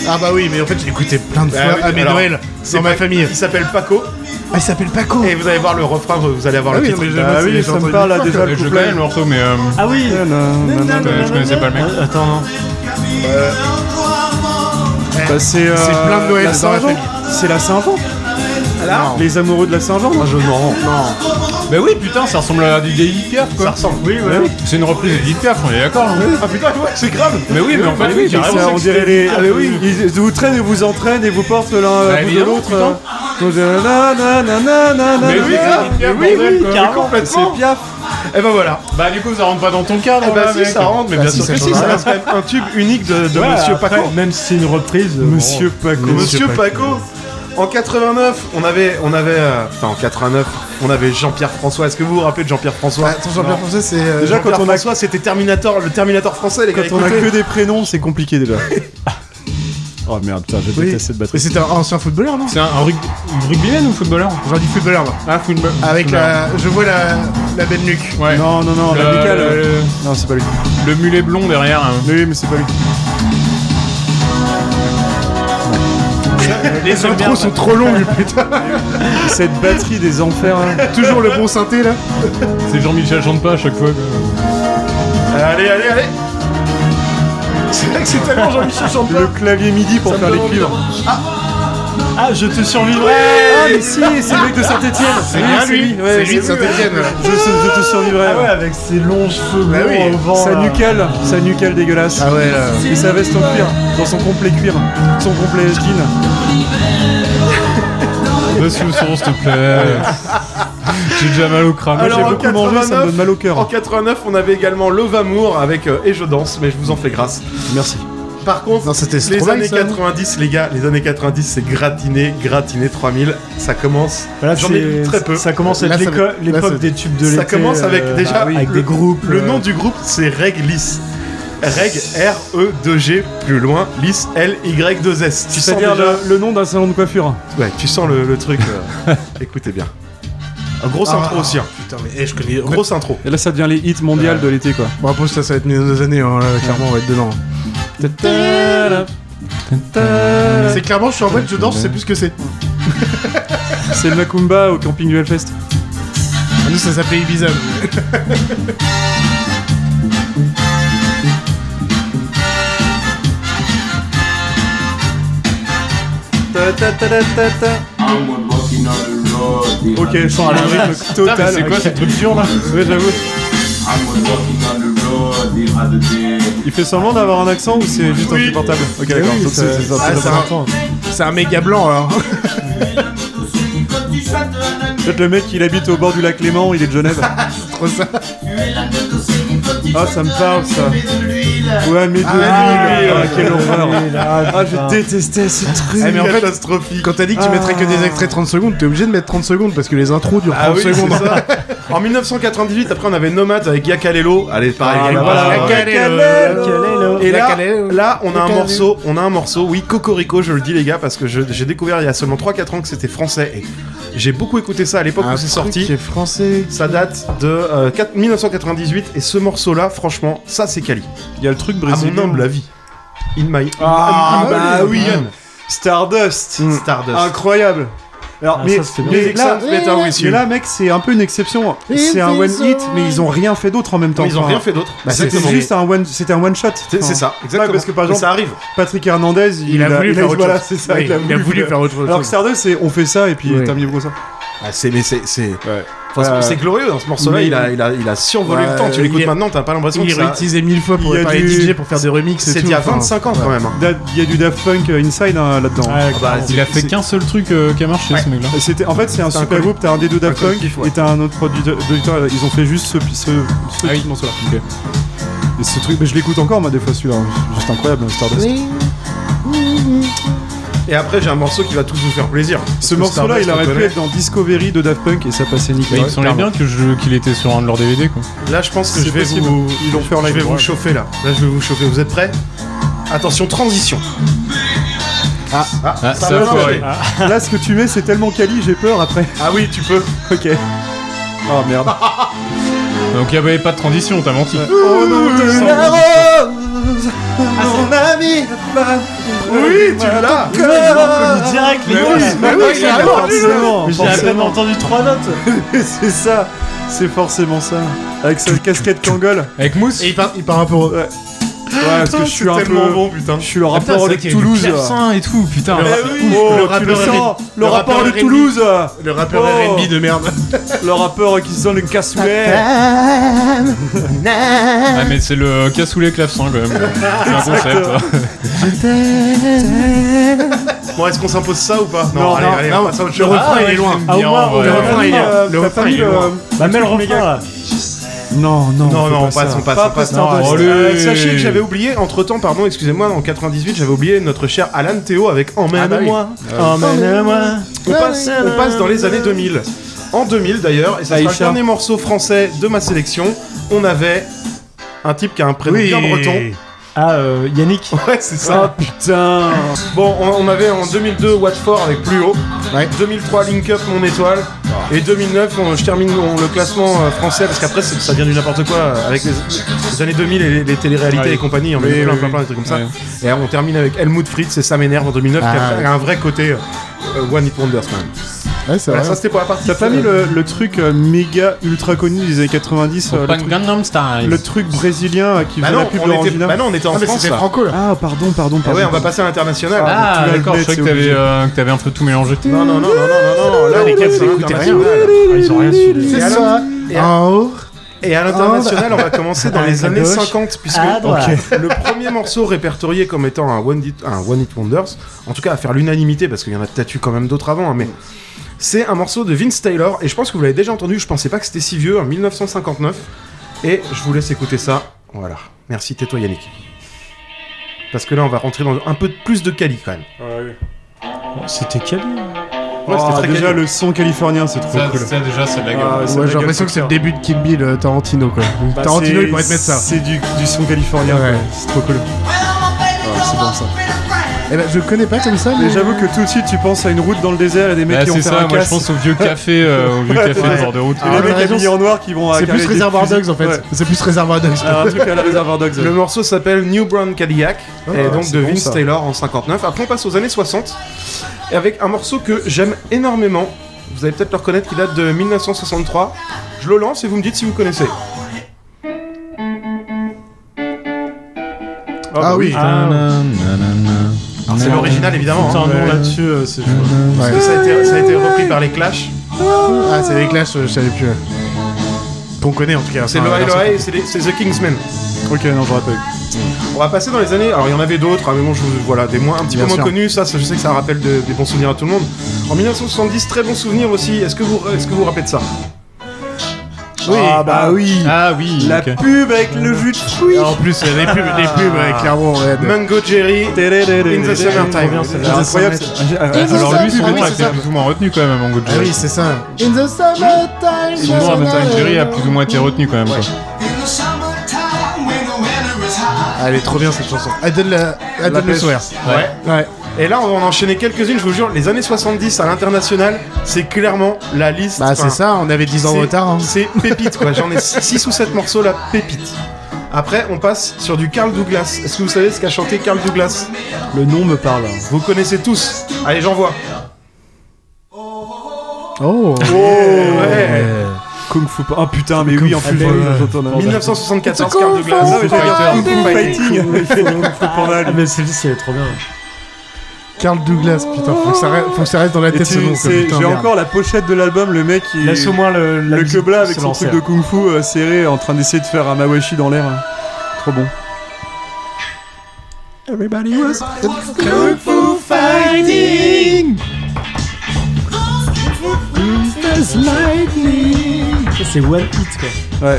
Speaker 8: Ah bah oui mais en fait j'ai écouté plein de fois.
Speaker 9: Bah oui,
Speaker 8: ah mais
Speaker 9: alors,
Speaker 8: Noël
Speaker 9: C'est
Speaker 8: dans ma
Speaker 9: pas-
Speaker 8: famille.
Speaker 9: Il s'appelle Paco.
Speaker 8: Ah il s'appelle Paco.
Speaker 9: Et vous allez voir le refrain, vous allez avoir
Speaker 8: Ah
Speaker 9: le
Speaker 8: oui,
Speaker 9: titre.
Speaker 8: non, mais je-
Speaker 7: Bah
Speaker 8: c'est les
Speaker 7: oui, ça
Speaker 8: gens
Speaker 7: me parle là, déjà le
Speaker 4: Je connais le
Speaker 7: couplet.
Speaker 4: morceau mais euh,
Speaker 6: Ah oui.
Speaker 4: je connaissais pas le mec.
Speaker 6: Euh, Attends, non.
Speaker 7: Bah, c'est euh,
Speaker 8: C'est plein de Noël
Speaker 7: la
Speaker 8: dans la
Speaker 7: Saint-Jean. C'est la Saint-Jean.
Speaker 8: là
Speaker 7: Les amoureux de la Saint-Jean. Ah, non
Speaker 8: non.
Speaker 4: Bah oui putain ça ressemble à du Daily Piaf quoi.
Speaker 9: Oui,
Speaker 7: Ouais, oui.
Speaker 4: C'est une reprise d'Edith Piaf, on est d'accord hein.
Speaker 9: Ah putain, ouais, c'est grave.
Speaker 4: Mais oui mais en fait Bah oui
Speaker 7: Bah Oui, mais ça,
Speaker 4: carrément. Ah,
Speaker 7: on dirait les. Ils vous traînent et vous entraînent et vous portent l'un
Speaker 4: Bah,
Speaker 7: à bout de
Speaker 4: évidemment,
Speaker 7: l'autre. euh, on dirait na, na, na, na, na, na,
Speaker 4: Mais
Speaker 7: na,
Speaker 4: oui,
Speaker 7: na,
Speaker 4: Edith Piaf,
Speaker 7: mais oui,
Speaker 4: bordel,
Speaker 7: oui,
Speaker 4: quoi.
Speaker 7: carrément,
Speaker 9: Mais complètement.
Speaker 7: C'est Piaf.
Speaker 9: Et ben voilà.
Speaker 4: Bah, du coup, ça rentre pas dans ton cadre, hein,
Speaker 9: Eh ben
Speaker 4: là,
Speaker 9: si,
Speaker 4: mec.
Speaker 9: ça rentre, mais
Speaker 5: Bah,
Speaker 9: bien
Speaker 5: si,
Speaker 9: sûr
Speaker 5: ça
Speaker 9: que si,
Speaker 5: change
Speaker 9: ça
Speaker 5: rien.
Speaker 9: reste quand même un tube unique de, de
Speaker 6: Ouais,
Speaker 9: Monsieur
Speaker 6: après,
Speaker 9: Paco.
Speaker 6: Même si c'est une reprise. euh,
Speaker 7: Monsieur Paco.
Speaker 9: Monsieur Paco. En 89, on avait, on avait, euh, enfin en 89, on avait Jean-Pierre François. Est-ce que vous vous rappelez de Jean-Pierre François
Speaker 8: Attends, Jean-Pierre François, c'est. euh,
Speaker 9: Déjà
Speaker 8: Jean-Pierre
Speaker 9: quand on a François, c'était Terminator, le Terminator français, les gars.
Speaker 7: Quand on a
Speaker 9: écoutez.
Speaker 7: que des prénoms, c'est compliqué déjà. oh merde, putain, je
Speaker 8: Oui.
Speaker 7: déteste cette
Speaker 8: Mais
Speaker 7: batterie.
Speaker 8: c'était un ancien footballeur, non
Speaker 4: C'est un, un rug- un rugbyman ou footballeur
Speaker 8: Genre du footballeur, moi.
Speaker 4: Ah, football.
Speaker 8: Avec
Speaker 4: footballeur.
Speaker 8: la. Je vois la, la belle nuque.
Speaker 4: Ouais.
Speaker 7: Non, non, non,
Speaker 4: Le-
Speaker 7: l'amical.
Speaker 4: le-
Speaker 7: euh,
Speaker 4: le-
Speaker 7: Non, c'est pas lui.
Speaker 4: le mulet blond derrière. hein.
Speaker 7: Oui, mais c'est pas lui.
Speaker 4: Les intros sont
Speaker 8: Trop long, lui, putain.
Speaker 7: Cette batterie des enfers. hein. là.
Speaker 8: Toujours le bon synthé, là.
Speaker 4: C'est Jean-Michel chante pas à chaque fois. quoi.
Speaker 9: Allez, allez, allez. C'est vrai que c'est tellement Jean-Michel Jean-Pierre.
Speaker 7: Le clavier midi pour faire les cuivres.
Speaker 6: Ah, je te survivrai
Speaker 7: Ah, mais si, c'est le mec de Saint-Etienne. C'est
Speaker 4: bien lui. C'est lui de
Speaker 8: Saint-Etienne.
Speaker 7: Je, je te survivrai.
Speaker 6: Ah ouais, avec ses longs cheveux
Speaker 8: Bah
Speaker 6: blonds
Speaker 8: oui,
Speaker 6: au vent.
Speaker 7: Sa
Speaker 6: là.
Speaker 7: nucale, euh, sa nucale dégueulasse.
Speaker 8: Ah ouais, là.
Speaker 7: Et sa veste en cuir, dans son complet cuir, son complet jean.
Speaker 4: Basse le son, s'il te plaît. J'ai déjà mal au crâme.
Speaker 9: Alors,
Speaker 7: J'ai
Speaker 9: en
Speaker 7: beaucoup mangé,
Speaker 9: 89,
Speaker 7: ça me donne mal au
Speaker 9: En
Speaker 7: cœur.
Speaker 9: 89, on avait également Love Amour avec euh, Et je danse, mais je vous en fais grâce.
Speaker 7: Merci.
Speaker 9: Par contre,
Speaker 8: Non, c'était
Speaker 9: les
Speaker 8: Stromae,
Speaker 9: années
Speaker 8: ça, non
Speaker 9: 90, les gars, les années 90, c'est gratiné, gratiné 3000. Ça commence.
Speaker 6: Voilà,
Speaker 9: J'en ai
Speaker 6: c'est-
Speaker 9: très peu.
Speaker 6: Ça commence à
Speaker 8: Là,
Speaker 6: être
Speaker 8: ça va-
Speaker 6: l'éco-
Speaker 8: là, ça va-
Speaker 6: l'époque des tubes de l'été.
Speaker 9: ça commence avec
Speaker 6: euh,
Speaker 9: déjà
Speaker 6: bah oui, avec
Speaker 9: le,
Speaker 6: des groupes.
Speaker 9: Le
Speaker 6: euh,
Speaker 9: nom du groupe, c'est Réglis. Reg R E 2 G plus loin Lis L Y 2 S. Tu sens
Speaker 7: C'est-à-dire
Speaker 9: déjà
Speaker 7: le, le nom d'un salon de coiffure.
Speaker 9: Ouais, tu sens le, le truc. euh, Écoutez bien. Un gros
Speaker 8: Ah.
Speaker 9: intro aussi. Hein.
Speaker 8: Putain, mais eh, je connais. Gros.
Speaker 9: Grosse intro.
Speaker 7: Et là, ça devient les hits mondiales de l'été, quoi.
Speaker 8: Bon, après, Ah, ça, ça va être mis dans nos années, hein, là, clairement, on va être dedans. hein. C'est clairement, je suis en boîte, je danse, je sais plus ce que c'est.
Speaker 7: C'est le Macumba au camping du Hellfest.
Speaker 8: Nous, ça s'appelait Ibiza.
Speaker 7: Ok, je sens un rythme total.
Speaker 4: C'est quoi ce truc dur là
Speaker 7: Ouais, j'avoue. Il fait semblant d'avoir un accent ou c'est juste
Speaker 9: Oui.
Speaker 7: insupportable Ok, d'accord.
Speaker 6: oui,
Speaker 7: Donc
Speaker 6: ça-
Speaker 7: c'est- c'est-
Speaker 6: ça-
Speaker 7: c'est-
Speaker 8: Ah, c'est un, c'est un méga blanc, alors.
Speaker 7: Peut-être le mec, il habite au bord du lac Léman, il est de Genève.
Speaker 8: Trop ça.
Speaker 7: Ah, ça me parle ça. Ouais, mais de
Speaker 8: Ah,
Speaker 7: l'huile.
Speaker 8: oui,
Speaker 7: Ah,
Speaker 8: oui,
Speaker 7: quelle horreur.
Speaker 6: Ah,
Speaker 7: Ah, je détestais ce truc.
Speaker 8: Eh, mais en fait, quand t'as dit que tu mettrais que des
Speaker 7: Ah.
Speaker 8: extraits 30 secondes, t'es obligé de mettre 30 secondes parce que les intros durent 30
Speaker 9: Ah oui, c'est
Speaker 8: secondes.
Speaker 9: ça. En 1998, après, on avait Nomad avec Yakalelo. Allez, pareil.
Speaker 7: Ah,
Speaker 9: Yakalelo.
Speaker 7: bah voilà.
Speaker 9: Ah, ouais.
Speaker 4: Euh,
Speaker 9: Et là, là, on a un
Speaker 8: Yakalelo.
Speaker 9: morceau, on a un morceau, oui, Cocorico, je le dis les gars, parce que je- j'ai découvert il y a seulement 3-4 ans que c'était français. Et j'ai beaucoup écouté ça à l'époque
Speaker 8: Ah,
Speaker 9: où c'est sorti.
Speaker 8: Qui est français.
Speaker 9: Ça date de euh, 4 1998 et ce morceau-là, franchement, ça c'est Cali.
Speaker 7: Il y a le truc
Speaker 9: À mon
Speaker 7: brésilien.
Speaker 9: humble avis. In my. Ah,
Speaker 7: Ah,
Speaker 9: in-
Speaker 7: bah
Speaker 9: in-
Speaker 7: oui. Ah,
Speaker 9: in-
Speaker 7: Stardust.
Speaker 9: Stardust.
Speaker 7: Incroyable. Alors,
Speaker 6: Ah,
Speaker 7: mais,
Speaker 6: ça, c'était bien.
Speaker 7: mais
Speaker 9: Music
Speaker 7: là,
Speaker 9: sounds better with
Speaker 7: mais
Speaker 9: you.
Speaker 7: là, mec, c'est un peu une exception. C'est un one hit, mais ils ont rien fait d'autre en même temps.
Speaker 9: Mais ils ont
Speaker 7: Enfin,
Speaker 9: rien fait d'autre.
Speaker 7: bah, c'était
Speaker 9: Exactement.
Speaker 7: juste un one, c'était un one shot.
Speaker 9: C'est c'est ça, exactement.
Speaker 7: parce que, par
Speaker 9: Mais
Speaker 7: exemple-
Speaker 9: ça arrive.
Speaker 7: Patrick Hernandez, il,
Speaker 8: Il a voulu faire autre
Speaker 7: voilà,
Speaker 8: chose.
Speaker 7: c'est ça,
Speaker 8: Oui,
Speaker 7: il a voulu, faire-
Speaker 8: autre chose.
Speaker 7: Alors que Stardust, c'est on fait ça et puis
Speaker 8: Oui.
Speaker 7: terminé pour ça.
Speaker 9: Ah, c'est mais c'est c'est. Enfin,
Speaker 7: Euh,
Speaker 9: c'est glorieux dans ce morceau-là.
Speaker 7: mais-
Speaker 9: Il a il a il a survolé
Speaker 8: Ouais,
Speaker 9: le temps. Tu l'écoutes
Speaker 8: il-
Speaker 9: maintenant, t'as pas l'impression que
Speaker 8: il
Speaker 9: ça.
Speaker 8: réutilisait mille fois pour
Speaker 7: il y a
Speaker 8: parler
Speaker 7: du-
Speaker 8: DJ pour faire des remixes et
Speaker 9: C'était
Speaker 8: tout.
Speaker 9: il y a
Speaker 8: enfin.
Speaker 9: 25 ans quand même. hein.
Speaker 7: Da- Il y a du Daft Punk euh, Inside hein, là-dedans.
Speaker 4: Ah, bah, Il a fait qu'un seul truc euh, qui a marché ce mec là.
Speaker 7: C'était, en fait, c'est un
Speaker 9: C'est un
Speaker 7: super
Speaker 9: colli-
Speaker 7: groupe. T'as un des deux Daft
Speaker 9: un
Speaker 7: Punk
Speaker 9: collectif, ouais.
Speaker 7: et t'as un autre producteur. producteur, Ils ont fait juste ce, ce, ce
Speaker 9: Ah
Speaker 7: petit morceau-là. Et ce truc, mais je l'écoute encore, moi, des fois, celui-là. hein. C'est Juste incroyable, Stardust.
Speaker 9: Et après, j'ai un morceau qui va tous vous faire plaisir.
Speaker 7: ce
Speaker 9: Parce que
Speaker 7: morceau-là,
Speaker 9: Stardust,
Speaker 7: il
Speaker 9: on
Speaker 7: aurait pu
Speaker 9: connaît.
Speaker 7: être dans Discovery de Daft Punk et ça passait nickel.
Speaker 4: Mais il me semblait bien que je- qu'il était sur un de leurs DVD quoi.
Speaker 9: Là, je pense que
Speaker 7: C'est
Speaker 9: je vais
Speaker 7: possible.
Speaker 9: vous
Speaker 7: Ils l'ont fait en
Speaker 9: je
Speaker 7: live.
Speaker 9: vais vous
Speaker 7: Ouais.
Speaker 9: chauffer là. Là, je vais vous chauffer. Vous êtes prêts Attention, transition.
Speaker 8: Ah.
Speaker 4: Ah,
Speaker 9: ça
Speaker 4: ça
Speaker 9: va
Speaker 4: va
Speaker 9: marcher.
Speaker 4: foirer.
Speaker 7: Là, ce que tu mets, c'est tellement quali, j'ai peur après.
Speaker 9: Ah oui, tu peux.
Speaker 7: Ok. Oh merde.
Speaker 4: Donc il n'y avait pas de transition, t'as menti.
Speaker 7: Oh non, t'es
Speaker 9: la
Speaker 7: Ah,
Speaker 9: Oui, tu l'as.
Speaker 6: direct, les
Speaker 7: Mais
Speaker 6: gars.
Speaker 7: oui, mais oui,
Speaker 6: Forcément,
Speaker 7: forcément,
Speaker 6: J'ai à peine
Speaker 7: forcément.
Speaker 6: entendu trois notes.
Speaker 7: C'est ça, c'est forcément ça. Avec sa casquette Kangol.
Speaker 4: Avec Mousse
Speaker 8: Et il part, il part un peu.
Speaker 7: Ouais, parce que je suis un
Speaker 9: tellement
Speaker 7: peu.
Speaker 9: bon, putain.
Speaker 7: Je suis le rapport avec Toulouse.
Speaker 4: et tout, putain.
Speaker 7: Eh oui, oh,
Speaker 8: le
Speaker 7: tu le
Speaker 8: rappeur
Speaker 7: sens, le
Speaker 8: le
Speaker 7: rapport
Speaker 8: rappeur
Speaker 7: avec
Speaker 8: R&B.
Speaker 7: Toulouse.
Speaker 8: Le rappeur
Speaker 7: Oh.
Speaker 8: R&B de merde.
Speaker 7: Le rappeur qui se donne le cassoulet.
Speaker 4: Ah, mais c'est le cassoulet clavecin hein, quand même. C'est un concept.
Speaker 9: Bon, est-ce qu'on s'impose ça ou pas
Speaker 7: Non,
Speaker 9: allez,
Speaker 7: non,
Speaker 9: allez, on passe
Speaker 8: Ah,
Speaker 9: à autre chose.
Speaker 8: Le refrain, il est loin.
Speaker 4: Ah,
Speaker 7: au moins,
Speaker 4: ouais,
Speaker 7: au moins,
Speaker 4: ouais.
Speaker 7: euh,
Speaker 8: Le
Speaker 9: Ah,
Speaker 7: t'as
Speaker 8: refrain,
Speaker 7: pas mis
Speaker 8: il est
Speaker 7: le-
Speaker 8: loin.
Speaker 7: t'as
Speaker 6: Bah,
Speaker 7: mis
Speaker 6: mets le refrain là.
Speaker 7: Non,
Speaker 9: Non,
Speaker 7: non, on
Speaker 9: non,
Speaker 7: fait
Speaker 9: on
Speaker 7: pas
Speaker 9: passe,
Speaker 7: ça.
Speaker 9: on passe,
Speaker 5: Pas
Speaker 9: on passe.
Speaker 5: Preston
Speaker 9: Non,
Speaker 4: Bastard.
Speaker 9: euh,
Speaker 4: Allez.
Speaker 9: Sachez que j'avais oublié, entre temps, pardon, excusez-moi, en 98, j'avais oublié notre cher Alan Théo avec
Speaker 6: Ah, bah
Speaker 9: Emmène-moi. Emmène-moi. Ah, On passe, on passe dans les années 2000. En 2000 d'ailleurs, et ça sera le
Speaker 7: Aïcha.
Speaker 9: dernier morceau français de ma sélection, on avait un type qui a un prénom bien breton.
Speaker 6: Ah, euh, Yannick. Ah,
Speaker 9: Ouais, c'est ça.
Speaker 7: Putain
Speaker 9: Bon, on, on avait en 2002 Watford avec plus haut.
Speaker 8: Ouais.
Speaker 9: 2003 Link Up Mon Étoile. Et 2009, on- je termine on- le classement euh, français parce qu'après c'est- ça vient du n'importe quoi euh, avec les, les années 2000 et les, les téléréalités
Speaker 7: Ouais.
Speaker 9: et compagnie. On met
Speaker 7: Oui,
Speaker 9: plein,
Speaker 7: oui,
Speaker 9: plein,
Speaker 7: oui.
Speaker 9: plein de trucs comme ça.
Speaker 7: Ouais.
Speaker 9: Et alors, on termine avec Helmut Fritz et ça m'énerve en 2009 qui a-
Speaker 8: Ah.
Speaker 9: qui a un vrai côté euh, One Hit Wonders quand même.
Speaker 8: Ouais, c'est
Speaker 9: Voilà,
Speaker 8: vrai.
Speaker 9: ça c'était pour la partie.
Speaker 7: T'as pas mis le, le truc euh, méga ultra connu des années 90 euh, le, truc,
Speaker 4: Gangnam Style.
Speaker 7: le truc brésilien euh, qui
Speaker 9: Bah
Speaker 7: faisait
Speaker 9: non,
Speaker 7: la pub de
Speaker 9: on était,
Speaker 7: Orangina
Speaker 9: bah non, on était en
Speaker 8: Ah, mais
Speaker 9: France.
Speaker 8: c'était
Speaker 9: là.
Speaker 8: Franco là.
Speaker 7: Ah pardon, pardon,
Speaker 9: Ah
Speaker 7: pardon.
Speaker 9: ouais, on va passer à l'international.
Speaker 4: Ah,
Speaker 7: tu l'as
Speaker 4: d'accord,
Speaker 7: le
Speaker 4: je croyais
Speaker 7: mettre,
Speaker 4: que
Speaker 7: c'est
Speaker 4: t'avais euh, que t'avais un peu tout mélangé.
Speaker 9: Non, non, non, non, non, non, non. Là,
Speaker 6: Ah, Les
Speaker 9: on
Speaker 6: gars,
Speaker 9: passe
Speaker 6: vous
Speaker 9: à
Speaker 6: écoutez rien.
Speaker 9: l'international.
Speaker 6: Ah, ils ont rien su. les-
Speaker 8: C'est
Speaker 9: alors-
Speaker 8: ça.
Speaker 9: et
Speaker 7: Ah.
Speaker 9: alors-
Speaker 8: En haut.
Speaker 9: Et à l'international, on va commencer dans
Speaker 6: À
Speaker 9: les années
Speaker 6: gauche.
Speaker 9: 50, puisque
Speaker 6: À droite.
Speaker 9: Ok. le premier morceau répertorié comme étant un One, Hit- un One Hit Wonders, en tout cas à faire l'unanimité, parce qu'il y en a peut-être eu quand même d'autres avant, hein, mais c'est un morceau de Vince Taylor, et je pense que vous l'avez déjà entendu, je pensais pas que c'était si vieux, en 1959, et je vous laisse écouter ça. Voilà. Merci, tais-toi Yannick. Parce que là, on va rentrer dans un peu de- plus de Cali quand même.
Speaker 6: C'était quel
Speaker 9: Ouais,
Speaker 6: Oh,
Speaker 9: c'était
Speaker 7: Ah,
Speaker 9: très
Speaker 7: déjà
Speaker 9: quali.
Speaker 7: le son californien, c'est trop cool.
Speaker 4: déjà, c'est de la
Speaker 7: Ah, c'est
Speaker 8: Ouais,
Speaker 7: la
Speaker 8: j'ai
Speaker 7: gueule
Speaker 8: l'impression
Speaker 7: de
Speaker 8: que c'est le
Speaker 7: fer.
Speaker 8: début de Kill Bill, euh, Tarantino quoi.
Speaker 7: Bah,
Speaker 8: Tarantino
Speaker 7: c'est-
Speaker 8: il pourrait te mettre ça.
Speaker 7: C'est du, du son californien,
Speaker 8: Ouais.
Speaker 7: ouais, c'est trop cool.
Speaker 8: c'est bon ça. Eh ben je connais pas comme ça mais
Speaker 7: Mais j'avoue que tout de suite tu penses à une route dans le désert et des mecs
Speaker 4: Bah,
Speaker 7: qui ont
Speaker 4: c'est
Speaker 7: fait
Speaker 4: ça,
Speaker 7: un
Speaker 4: moi je
Speaker 7: casse.
Speaker 4: pense au vieux café, euh, au vieux café
Speaker 7: Ouais.
Speaker 4: au bord de route.
Speaker 7: Et
Speaker 8: Ah,
Speaker 7: les
Speaker 8: t'as
Speaker 7: mecs
Speaker 8: raison,
Speaker 7: habillés en noir qui vont
Speaker 8: c'est plus
Speaker 7: carrer des
Speaker 8: Reservoir
Speaker 7: fusils.
Speaker 8: Dogs en fait.
Speaker 7: Ouais.
Speaker 8: C'est plus Reservoir Dogs.
Speaker 7: Ah, un truc à la Reservoir Dogs.
Speaker 9: Le morceau s'appelle New Brown Cadillac, et
Speaker 7: ouais,
Speaker 9: donc
Speaker 7: c'est
Speaker 9: de
Speaker 7: bon,
Speaker 9: Vince
Speaker 7: ça.
Speaker 9: Taylor en 59. Après, on passe aux années 60, et avec un morceau que j'aime énormément. Vous allez peut-être le reconnaître, qui date de 1963. Je le lance et vous me dites si vous connaissez.
Speaker 8: Ah oui.
Speaker 6: Ah, ouais.
Speaker 9: Alors, Ah, c'est l'original, évidemment.
Speaker 6: Putain,
Speaker 9: hein.
Speaker 6: non, là-dessus, euh, c'est chaud.
Speaker 9: Parce que ça a, été, ça a été repris par les Clash.
Speaker 8: Ah c'est les Clash, euh, je savais plus. euh. Qu'on connaît en tout cas.
Speaker 9: C'est
Speaker 8: enfin, la
Speaker 9: Loa
Speaker 8: version-
Speaker 9: Loa et c'est les- c'est The Kingsmen.
Speaker 7: Ah, Ok, non, je rappelle.
Speaker 9: On va passer dans les années. Alors il y en avait d'autres, hein, mais bon, je vous- voilà, des moins un petit
Speaker 8: Bien
Speaker 9: peu moins
Speaker 8: sûr.
Speaker 9: connus. Ça, ça, je sais que ça rappelle de- des bons souvenirs à tout le monde. En 1970, très bon souvenir aussi. Est-ce que vous, est-ce que vous vous rappelez de ça
Speaker 8: Oui.
Speaker 7: Ah bah oui
Speaker 4: Ah oui,
Speaker 7: La
Speaker 4: ok.
Speaker 7: pub avec le jus de fruits
Speaker 8: Ah, En plus, il y a des pubs, des pubs, euh, clairement, ouais. de-
Speaker 9: Mango Jerry. In the summertime.
Speaker 7: C'est incroyable. c'est-
Speaker 4: Alors lui, c'est
Speaker 8: Ah
Speaker 4: bon,
Speaker 8: oui,
Speaker 4: il a
Speaker 8: c'est ça.
Speaker 4: plus ou moins retenu quand même à Mango
Speaker 8: Ah oui,
Speaker 4: Jerry.
Speaker 8: c'est ça. In the summertime.
Speaker 4: Sinon, à
Speaker 8: Euh,
Speaker 4: Mountain Jerry a plus ou moins été retenu quand même. quoi.
Speaker 8: Ah, elle est trop bien cette chanson. Elle donne, la... elle donne le
Speaker 7: pêche.
Speaker 8: sourire.
Speaker 4: Ouais.
Speaker 8: Ouais.
Speaker 9: Et là, on va en enchaîner quelques-unes. Je vous jure, les années 70 à l'international, c'est clairement la liste.
Speaker 8: Bah,
Speaker 9: enfin,
Speaker 8: c'est ça, on avait 10 ans de
Speaker 9: c'est-
Speaker 8: retard. hein.
Speaker 9: C'est pépite quoi. J'en ai 6 ou 7 morceaux là, pépite. Après, on passe sur du Carl Douglas. Est-ce que vous savez ce qu'a chanté Carl Douglas
Speaker 7: Le nom me parle. hein.
Speaker 9: Vous connaissez tous. Allez, j'envoie.
Speaker 8: Oh.
Speaker 9: Ouais.
Speaker 7: Kung Fu. Oh putain, mais oui, en plus,
Speaker 6: Fu-
Speaker 7: je- j'entends un-
Speaker 9: 1974, Carl Douglas.
Speaker 7: Ah, mais j'allais dire Kung Fu Fighting. Il fait Kung Fu Panda,
Speaker 6: Ah,
Speaker 7: lui.
Speaker 6: mais celle-ci, elle est trop bien.
Speaker 8: Carl Douglas, putain, faut que ça reste, faut que ça reste dans la
Speaker 7: Et
Speaker 8: tête ce nom.
Speaker 7: tu-
Speaker 8: quoi,
Speaker 7: c'est-
Speaker 8: putain,
Speaker 7: J'ai
Speaker 8: merde.
Speaker 7: encore la pochette de l'album, le mec il
Speaker 6: Laisse au moins le, la
Speaker 7: le
Speaker 6: musique
Speaker 7: quebla avec
Speaker 6: se
Speaker 7: son
Speaker 6: lancer,
Speaker 7: truc
Speaker 6: là.
Speaker 7: de kung fu euh, serré en train d'essayer de faire un mawashi dans l'air. hein. Trop bon. Everybody was kung fu fighting.
Speaker 6: Ça, C'est One Hit, quoi.
Speaker 7: Ouais.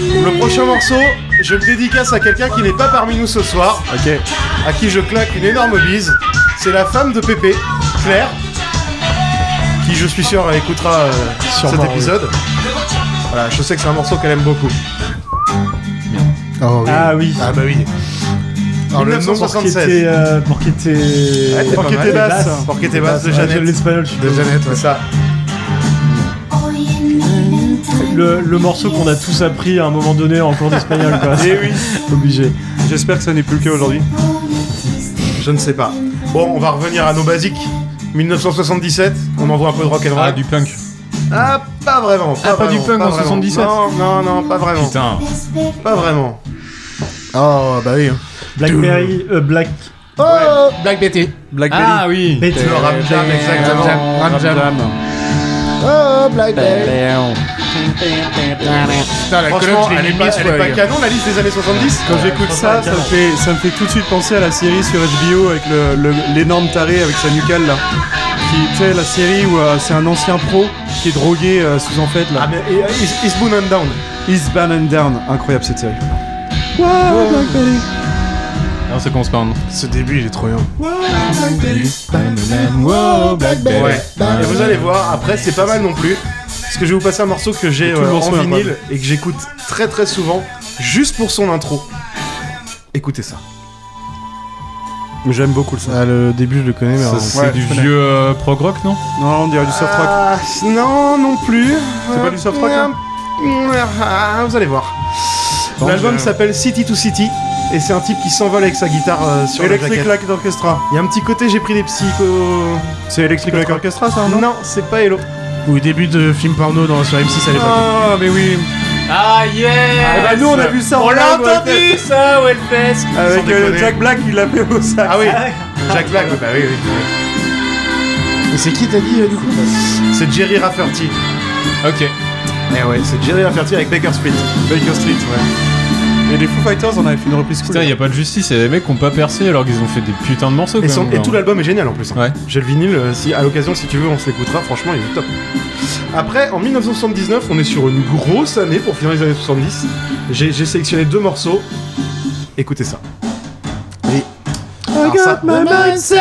Speaker 9: Le prochain morceau, je le dédicace à quelqu'un qui n'est pas parmi nous ce soir,
Speaker 7: Ok.
Speaker 9: à qui je claque une énorme bise. C'est la femme de Pépé, Claire, qui je suis sûr écoutera euh,
Speaker 6: Sûrement,
Speaker 9: cet épisode. Voilà, je sais que c'est un morceau qu'elle aime beaucoup.
Speaker 8: Oh, oui.
Speaker 6: Ah oui.
Speaker 8: Ah, bah oui.
Speaker 9: Alors, le nom
Speaker 6: Pour
Speaker 9: 76.
Speaker 6: était. euh, Pour qui était.
Speaker 9: Ouais, t'es pas
Speaker 7: Porquette
Speaker 9: mal.
Speaker 7: et basse.
Speaker 9: Porquette et basse de
Speaker 6: Ouais,
Speaker 9: Jeannette.
Speaker 6: L'espagnol, je suis
Speaker 8: De Jeannette, ouais.
Speaker 9: C'est ça.
Speaker 6: le, le morceau qu'on a tous appris à un moment donné en cours d'espagnol, quoi.
Speaker 7: Eh oui.
Speaker 6: Obligé.
Speaker 7: J'espère que ça n'est plus le cas aujourd'hui.
Speaker 9: Je ne sais pas. Bon, on va revenir à nos basiques. 1977, on envoie un peu de rock and roll.
Speaker 4: Ah, du punk.
Speaker 9: Ah, pas vraiment. Pas
Speaker 4: Ah, pas
Speaker 9: vraiment,
Speaker 4: du punk en
Speaker 9: vraiment.
Speaker 4: 77.
Speaker 9: Non, non, non, pas vraiment.
Speaker 4: Putain.
Speaker 9: Pas vraiment.
Speaker 8: Oh, bah oui.
Speaker 6: Blackberry, euh, Black.
Speaker 8: Oh, Black Betty.
Speaker 7: Black
Speaker 4: Ah oui.
Speaker 6: Betty.
Speaker 9: Le rap jam, exactement.
Speaker 8: Ram Jam. Oh, Black Betty. Putain, la
Speaker 9: Franchement,
Speaker 8: colonne, je
Speaker 9: elle
Speaker 8: l'ai
Speaker 9: est
Speaker 8: mis
Speaker 9: pas,
Speaker 8: mille
Speaker 9: elle est
Speaker 8: fois.
Speaker 9: pas
Speaker 8: les gars.
Speaker 9: canon la liste des années 70.
Speaker 7: Quand j'écoute ça, ça me, fait, ça me fait tout de suite penser à la série sur HBO avec le- le- l'énorme taré avec sa nucale là. qui était la série où euh, c'est un ancien pro qui est drogué euh, sous en fait là.
Speaker 9: Ah, mais et, euh, Is- Eastbound and Down.
Speaker 7: Eastbound and Down, incroyable cette série.
Speaker 4: Non, ça commence par un nom.
Speaker 8: Ce début, il est trop bien.
Speaker 9: Ouais. Et vous allez voir, après, c'est pas mal non plus. Parce que je vais vous passer un morceau que j'ai
Speaker 7: Tout le
Speaker 9: euh, en
Speaker 7: morceau est
Speaker 9: vinyle
Speaker 7: incroyable.
Speaker 9: et que j'écoute très très souvent, juste pour son intro. Écoutez ça.
Speaker 7: Mais J'aime beaucoup le son.
Speaker 8: Ah, le début, je le connais, mais
Speaker 4: Ça,
Speaker 8: alors-
Speaker 4: C'est
Speaker 7: ouais,
Speaker 4: du
Speaker 7: je connais.
Speaker 4: vieux euh, prog rock, non
Speaker 7: Non, on dirait du soft rock.
Speaker 9: Ah, non, non plus.
Speaker 7: C'est pas du soft rock, hein
Speaker 9: Ah, Vous allez voir.
Speaker 7: Bon,
Speaker 9: L'album
Speaker 7: je-
Speaker 9: s'appelle City to City et c'est un type qui s'envole avec sa guitare euh, sur la
Speaker 7: Electric
Speaker 9: jaquette.
Speaker 7: Light Orchestra.
Speaker 9: Il y a un petit côté, j'ai pris des psychos.
Speaker 7: C'est Electric Light Orchestra ça, non
Speaker 9: Non, c'est pas Hello.
Speaker 8: Ou début de film porno dans, sur M6 à l'époque.
Speaker 7: Ah, mais oui.
Speaker 4: Ah yeah
Speaker 7: Eh ben, nous on a vu ça en live, ouais.
Speaker 4: ça, Wellfest
Speaker 7: Avec
Speaker 9: Sans
Speaker 7: euh,
Speaker 9: déconner.
Speaker 7: Jack Black, il l'a fait au sac.
Speaker 9: Ah oui, Jack Black, bah oui, oui.
Speaker 8: Mais c'est qui t'as dit euh, du coup
Speaker 9: C'est Jerry Rafferty.
Speaker 4: Ok.
Speaker 9: Eh ouais, c'est Jerry Rafferty avec Baker Street.
Speaker 7: Baker Street, ouais. Et les Foo Fighters, on avait fait une reprise cool.
Speaker 4: Putain, y a pas de justice, y'a des mecs qui ont pas percé alors qu'ils ont fait des putains de morceaux
Speaker 9: Et,
Speaker 4: quand
Speaker 9: son-
Speaker 4: même.
Speaker 9: et
Speaker 4: genre.
Speaker 9: tout l'album est génial en plus. hein.
Speaker 4: Ouais.
Speaker 9: J'ai le vinyle, euh, si, à l'occasion, si tu veux, on se l'écoutera, franchement, il est top. Après, en 1979, on est sur une grosse année pour finir les années 70. J'ai j'ai sélectionné deux morceaux. Écoutez ça.
Speaker 7: I
Speaker 9: Alors ça-
Speaker 7: got my mind set